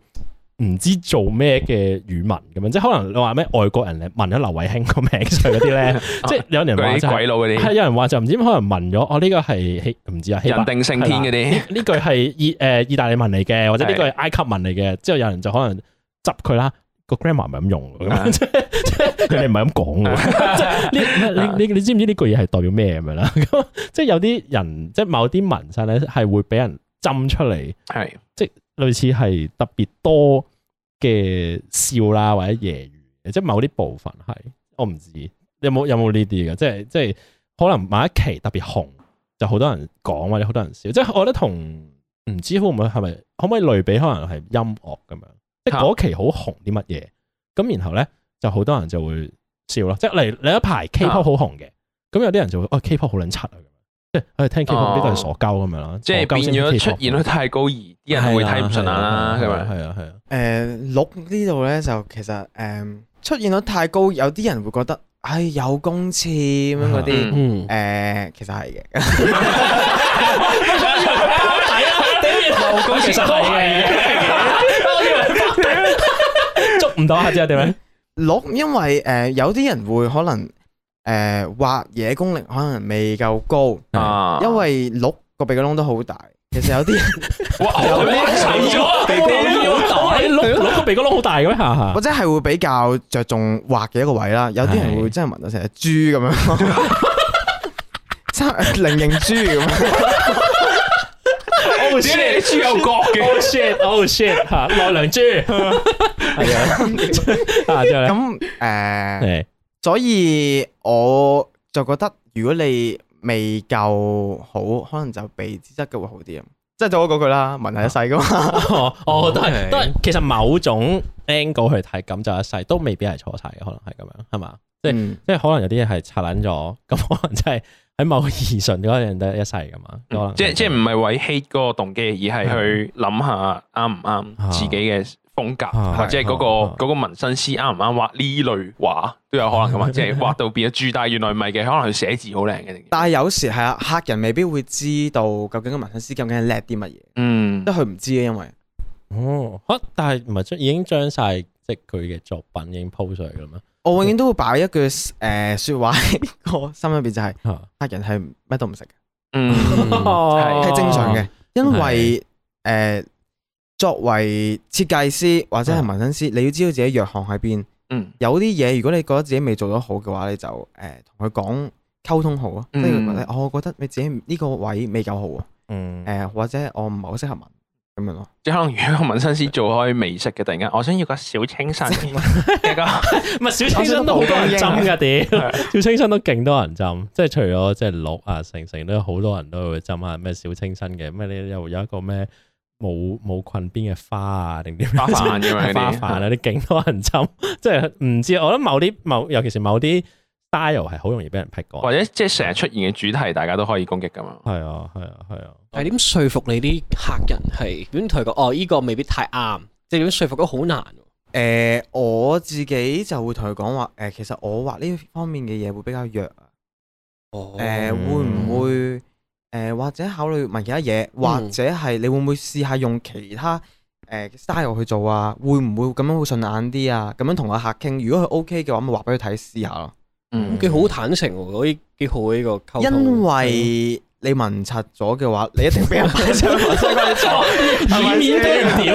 [SPEAKER 2] 唔知做咩嘅語文咁樣，即係可能你話咩外國人嚟問咗劉慧卿個名上嗰啲 咧，即係有人話
[SPEAKER 3] 嗰
[SPEAKER 2] 就
[SPEAKER 3] 啲鬼
[SPEAKER 2] 係
[SPEAKER 3] 佬嗰
[SPEAKER 2] 係
[SPEAKER 3] 啲，
[SPEAKER 2] 有人話就唔知可能問咗，哦呢個係希唔知啊希伯
[SPEAKER 3] 人定勝天嗰啲，
[SPEAKER 2] 呢 句係意誒意大利文嚟嘅，或者呢
[SPEAKER 3] 係
[SPEAKER 2] 句係埃及文嚟嘅，之後有人就可能執佢啦。個 grammar 唔係咁用嘅，
[SPEAKER 3] 啊
[SPEAKER 2] 咁 即係即係人哋唔係咁 講嘅，即係呢你你你知唔知呢句嘢係代表咩咁樣啦？咁即係有啲人即係某啲紋身咧係會俾人針出嚟，
[SPEAKER 3] 係
[SPEAKER 2] 類似係特別多嘅笑啦或者揶揄，即係某啲部分係我唔知你有冇有冇呢啲嘅，即係即係可能某一期特別紅，就好多人講或者好多人笑，即係我覺得同唔知會唔會係咪可唔可以類比，可能係音樂咁樣，即係
[SPEAKER 3] 嚇
[SPEAKER 2] 嗰期好紅啲乜嘢，咁然後咧就好多人就會笑咯，即係例如有一排 K-pop 好紅嘅，咁有啲人就會哦 K-pop 好撚柒啊咁樣，即係唉聽 K-pop 呢個係傻鳩咁樣啦，
[SPEAKER 3] 即係
[SPEAKER 2] 傻鳩
[SPEAKER 3] 變
[SPEAKER 2] 先
[SPEAKER 3] 咗
[SPEAKER 2] K-pop
[SPEAKER 3] 出現率太高而啲人會睇唔順眼啦，咁樣
[SPEAKER 2] 係啊係啊，
[SPEAKER 4] 誒鹿呢度咧就其實誒、嗯出現率太高，有啲人會覺得唉有公廁咁樣嗰啲，
[SPEAKER 3] 嗯
[SPEAKER 5] 嗯，
[SPEAKER 4] 誒其實係嘅。
[SPEAKER 2] 咁其實係嘅，捉唔到啊！之後點樣？
[SPEAKER 4] 鹿，因為誒、呃有啲人會可能誒、呃、挖嘢功力可能未夠高，
[SPEAKER 3] 啊，
[SPEAKER 4] 因為鹿個鼻哥窿都好大。其實有啲人
[SPEAKER 3] 哇，
[SPEAKER 4] 有
[SPEAKER 3] 有啲
[SPEAKER 4] 啲
[SPEAKER 3] 咗，
[SPEAKER 2] 鼻哥窿好大，碌碌個鼻哥窿好大嘅咩？下下
[SPEAKER 4] 或者係會比較着重畫嘅一個位啦，有啲人
[SPEAKER 2] 係
[SPEAKER 4] 會真係聞到成隻豬咁樣，差菱形豬咁樣。
[SPEAKER 2] ，oh
[SPEAKER 3] 點解你啲豬有角嘅？
[SPEAKER 2] shit，oh shit，oh shit，嚇奈良豬係啊，啊之後咧，
[SPEAKER 4] 咁誒、呃
[SPEAKER 2] 係
[SPEAKER 4] 所以我就覺得如果你未夠好，可能就鼻脂質嘅會好啲啊。即係就我嗰句啦，聞係一世噶嘛。
[SPEAKER 2] 哦，哦都係
[SPEAKER 4] Okay
[SPEAKER 2] 都係，其實某種 angle 去睇，咁就一世都未必係錯晒嘅，可能係咁樣，係嘛？即係
[SPEAKER 4] 嗯
[SPEAKER 2] 即係可能有啲嘢係拆撚咗，咁可能真係喺某個義順嗰樣都係一世噶嘛，可能
[SPEAKER 3] 嗯即即唔係為 hate 嗰個動機，而係去諗下啱唔啱自己嘅風格，
[SPEAKER 2] 啊
[SPEAKER 3] 或者係嗰
[SPEAKER 2] 啊
[SPEAKER 3] 個嗰個紋身師啱唔啱畫呢類畫都有可能噶嘛，即係畫到變咗豬，但係原來唔係嘅，可能佢寫字好靚嘅。定
[SPEAKER 4] 但係有時係啊，客人未必會知道究竟個紋身師究竟係叻啲乜嘢，
[SPEAKER 3] 嗯
[SPEAKER 4] 即係佢唔知嘅，因為
[SPEAKER 2] 哦，嚇但係唔係將已經將晒即係佢嘅作品已經 po 上去㗎啦咩？
[SPEAKER 4] 我永遠都會擺一句誒説話喺個心入邊，就係
[SPEAKER 2] 嚇
[SPEAKER 4] 客人係乜都唔識嘅，
[SPEAKER 3] 嗯，
[SPEAKER 2] 哦
[SPEAKER 3] 係
[SPEAKER 4] 係正常嘅，因為誒作為設計師或者係紋身師，你要知道自己弱項喺邊。
[SPEAKER 3] 嗯
[SPEAKER 4] 有啲嘢，如果你覺得自己未做得好嘅話，你就誒同佢講溝通好啊，即係
[SPEAKER 3] 嗯
[SPEAKER 4] 佢覺得我覺得你自己呢個位未夠好啊，
[SPEAKER 2] 嗯
[SPEAKER 4] 誒、或者我唔係好適合紋咁樣咯。
[SPEAKER 3] 即係可能如果個紋身師做開美式嘅，突然間我想要個小清新嘅一個
[SPEAKER 2] 唔係小清新都好多人針㗎屌，小清新都勁多人針，即係除咗即係鹿啊、成成都有好多人都會針下咩小清新嘅，咩你又有一個咩冇冇裙邊嘅花啊定點樣
[SPEAKER 3] 花瓣咁樣嗰
[SPEAKER 2] 花
[SPEAKER 3] 啲
[SPEAKER 2] 瓣啊，啲勁多人針， 即係唔知我覺得某啲某尤其是某啲 style 係好容易俾人劈過，
[SPEAKER 3] 或者即係成日出現嘅主題，大家都可以攻擊噶嘛。
[SPEAKER 2] 係啊係啊係啊，
[SPEAKER 5] 係點說服你啲客人係點同佢講？哦，呢個未必太啱，即係點說服都好難喎。
[SPEAKER 4] 誒、呃我自己就會同佢講話誒，其實我畫呢方面嘅嘢會比較弱啊。
[SPEAKER 5] 哦
[SPEAKER 4] 誒、會唔會誒、或者考慮紋其他嘢，或者係你會唔會試下用其他誒、style 呃去做啊？會唔會咁樣會順眼啲啊？咁樣同個客傾，如果佢 OK 嘅話，咪話俾佢睇試下咯。
[SPEAKER 3] 嗯
[SPEAKER 5] 咁，佢好坦誠喎，嗰啲幾好呢個溝通。
[SPEAKER 4] 因為你文拆咗嘅話，你一定俾人擺 上文身嗰
[SPEAKER 2] 以免俾人屌，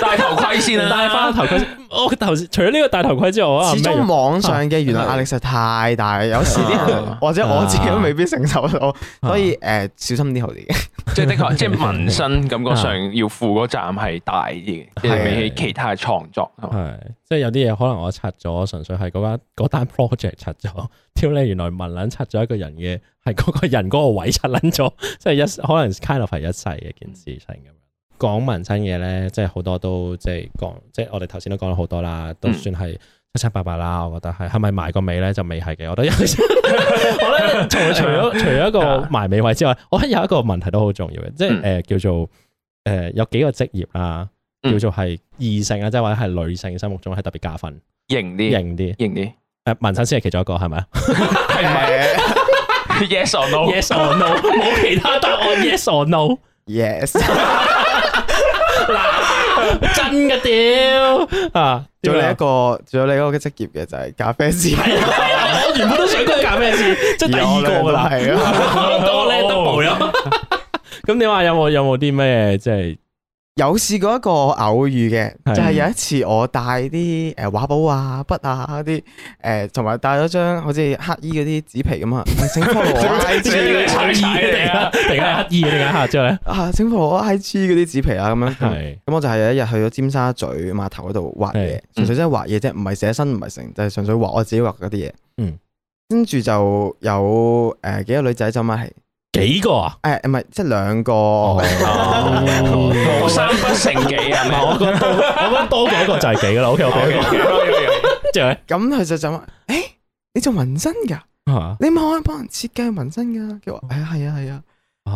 [SPEAKER 3] 戴頭盔先啦，
[SPEAKER 2] 戴翻頭盔。 我頭先除咗呢個戴頭盔之外，我
[SPEAKER 4] 始終
[SPEAKER 2] 冇
[SPEAKER 4] 網上嘅 輿論壓力實在太大，有時啲 人
[SPEAKER 3] 啊
[SPEAKER 4] 或者我自己都未必承受 到，所以誒小心啲好啲嘅。
[SPEAKER 3] 即係的確，即係紋身感覺上要負嗰責任係大啲嘅，即係比起其他嘅創作。係嘛
[SPEAKER 2] 係，即係有啲嘢可能我拆咗，純粹係嗰間嗰單 project 拆咗，屌你原來文撚拆咗一個人嘅，係嗰個人嗰個位拆撚咗，即係一可能 kind of 係一世嘅一件
[SPEAKER 3] 嗯
[SPEAKER 2] 事情咁樣。講紋身嘢咧，即係好多都即係講，即係我哋頭先都講咗好多啦，都
[SPEAKER 3] 嗯
[SPEAKER 2] 算係七七八八啦。我覺得係係咪埋個尾咧就未係嘅？我覺得有 時我咧除除咗除咗一個埋尾位之外，我覺得有一個問題都好重要嘅，即係誒、
[SPEAKER 3] 啊嗯
[SPEAKER 2] 呃叫做誒、呃有幾個職業啦，
[SPEAKER 3] 嗯
[SPEAKER 2] 叫做係異性啊，即係或者係女性心目中係特別加分、
[SPEAKER 3] 型啲，
[SPEAKER 2] 型啲。
[SPEAKER 3] 型啲，
[SPEAKER 2] 誒紋身先係其中一個係咪啊
[SPEAKER 3] 係咪 ？Yes or no？
[SPEAKER 2] ？Yes or no？冇其他答案。Yes or no？
[SPEAKER 4] Yes，
[SPEAKER 2] 真嘅屌啊！
[SPEAKER 4] 仲有 你一個，仲有你一個職業嘅就係咖啡師，
[SPEAKER 2] 我原本都想講搞咩事，即係第二個噶 啦，
[SPEAKER 4] 係啊，
[SPEAKER 2] 多咧 double 咗。咁你話有冇有冇啲咩即係
[SPEAKER 4] 有試過一個偶遇嘅，
[SPEAKER 2] 係
[SPEAKER 4] 就係有一次我帶啲誒畫簿啊、筆啊嗰啲誒，同埋帶咗張好似乞衣嗰啲紙皮 咁啊，請 follow 我 IG
[SPEAKER 3] 踩踩你啊
[SPEAKER 2] 突然間乞衣，突然間乞之後咧，
[SPEAKER 4] 啊，請 follow 我 IG 嗰啲紙皮啊咁樣。
[SPEAKER 2] 係
[SPEAKER 4] 咁我就係有一日去咗尖沙咀碼頭嗰度
[SPEAKER 2] 係
[SPEAKER 4] 畫
[SPEAKER 2] 嗯
[SPEAKER 4] 嘢，純粹真係畫嘢啫，唔係寫生，唔係成，就係純粹畫我自己畫嗰啲嘢。
[SPEAKER 2] 嗯，
[SPEAKER 4] 跟住就有誒幾個女仔走埋嚟，
[SPEAKER 2] 幾個啊？
[SPEAKER 4] 誒唔係即係兩個，
[SPEAKER 2] 哦
[SPEAKER 3] 冇三不成幾啊？
[SPEAKER 2] 唔係，我覺得多，我覺得多過一個就係幾噶啦。OK，我俾一個，即係
[SPEAKER 4] 咁佢就就話：誒你做紋身㗎？
[SPEAKER 2] 嚇哦
[SPEAKER 4] 你咪可以幫人設計紋身㗎？佢話：係啊係啊係啊。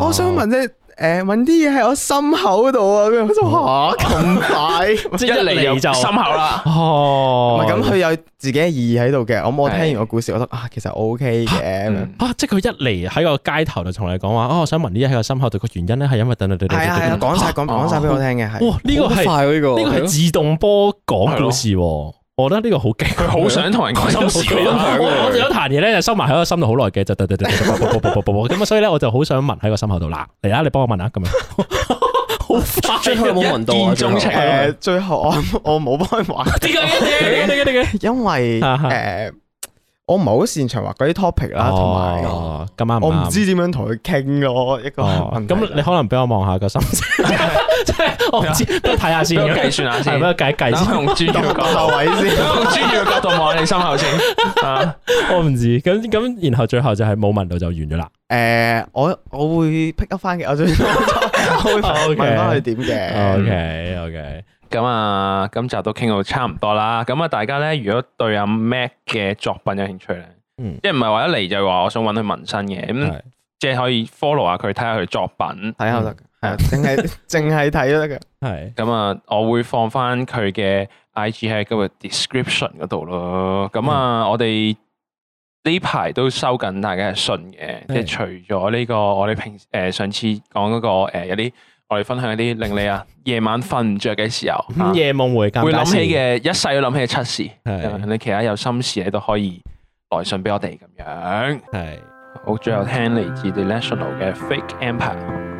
[SPEAKER 4] 我想問咧，诶，搵啲嘢喺我心口度啊，咁樣我心吓咁大，唔
[SPEAKER 2] 即
[SPEAKER 3] 一
[SPEAKER 2] 係哦 一
[SPEAKER 3] 嚟
[SPEAKER 2] 嚟
[SPEAKER 3] 就
[SPEAKER 2] 就
[SPEAKER 3] 深厚啦。
[SPEAKER 2] 哦，
[SPEAKER 4] 係咁，佢有自己嘅意義喺度嘅。我我聽
[SPEAKER 3] 係
[SPEAKER 4] 完個故事，我覺得啊，其實 O K 嘅咁樣。
[SPEAKER 3] 嗯
[SPEAKER 2] 啊！即係佢一嚟喺個街頭就同你講話，哦，我想聞呢啲喺個心口度，個原因咧係因為等等等等
[SPEAKER 4] 係啊係啊，
[SPEAKER 2] 等等。
[SPEAKER 4] 講晒講講晒俾我聽嘅係。
[SPEAKER 2] 哦哇！呢個係
[SPEAKER 5] 嗯快喎呢個
[SPEAKER 2] 呢個係自動波講故事喎，我覺得呢個好勁。
[SPEAKER 3] 佢好想同人講心事啊！
[SPEAKER 2] 我我有一壇嘢咧，就收埋喺個心度好耐嘅，就咁啊，所以咧我就好想聞喺個心口度啦。嚟啦，你幫我聞下咁樣，好快。
[SPEAKER 5] 最後有冇聞到啊？
[SPEAKER 3] 一見
[SPEAKER 5] 最後
[SPEAKER 3] 鍾情
[SPEAKER 4] 誒，最後我 我冇幫佢畫，
[SPEAKER 2] 點解嘅？點解嘅？點解
[SPEAKER 4] 因為
[SPEAKER 2] 啊
[SPEAKER 4] 誒我唔係好擅長畫嗰啲 topic 啦，同埋
[SPEAKER 2] 哦，咁啱
[SPEAKER 4] 我唔知點樣同佢傾咯，一個
[SPEAKER 2] 哦，
[SPEAKER 4] 問題
[SPEAKER 2] 咁你可能俾我望下個心先，即係我唔知，不如睇下先。
[SPEAKER 3] 俾我計算下先
[SPEAKER 2] 係俾我計計
[SPEAKER 3] 等
[SPEAKER 2] 先。
[SPEAKER 3] 佢用專業嘅角
[SPEAKER 4] 下
[SPEAKER 3] 度，
[SPEAKER 4] 位先。
[SPEAKER 3] 等佢 用專業嘅角度望你心口先。啊，
[SPEAKER 2] 我唔知，咁咁，然後最後就係冇問到就完咗啦。
[SPEAKER 4] 誒，我我會 pick up 翻嘅，我最 我會問翻佢點嘅。
[SPEAKER 2] OK OK，
[SPEAKER 3] 咁啊，今集都傾到差唔多啦。咁啊，大家咧，如果對阿 Mac 嘅作品有興趣咧，
[SPEAKER 2] 嗯
[SPEAKER 3] 即係唔係話一嚟就話我想揾佢紋身嘅，咁
[SPEAKER 2] 係
[SPEAKER 3] 即係可以 follow 下佢，睇下佢作品。
[SPEAKER 4] 睇下都得㗎，係啊，淨係淨係睇都得嘅。
[SPEAKER 2] 係
[SPEAKER 3] 咁啊，我會放翻佢嘅 IG 喺今日 description 嗰度咯。咁
[SPEAKER 2] 嗯
[SPEAKER 3] 啊，我哋呢排都收緊大家嘅信嘅，即係
[SPEAKER 2] 係
[SPEAKER 3] 除咗呢個我哋平誒、呃上次講嗰、個、呃、有啲我哋分享一啲令你啊夜晚瞓唔着嘅時候，
[SPEAKER 2] 嗯午夜夢回間
[SPEAKER 3] 啊、會諗起
[SPEAKER 2] 嘅
[SPEAKER 3] 嘅一世都諗起嘅七事，
[SPEAKER 2] 係
[SPEAKER 3] 咁樣你其他有心事你都可以來信俾我哋咁樣。
[SPEAKER 2] 係。
[SPEAKER 3] 好，最後聽嚟自 The National 嘅 Fake Empire。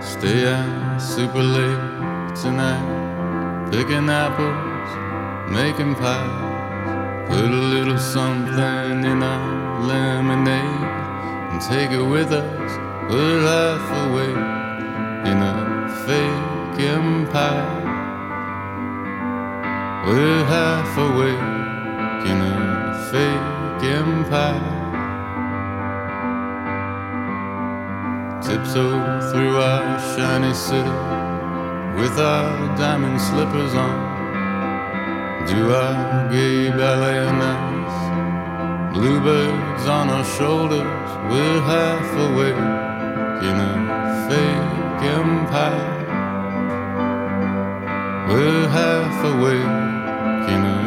[SPEAKER 8] Stay out super late tonight, picking apples, making pies. Put a little something in our lemonade and take it with us. We're half awake in a fake empire. We're half awake in a fake empire. tiptoe through our shiny city with our diamond slippers on. Do our gay ballet nights, bluebirds on our shoulders. We're half awake in a fake empire. We're half awake in a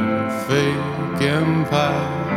[SPEAKER 8] fake empire.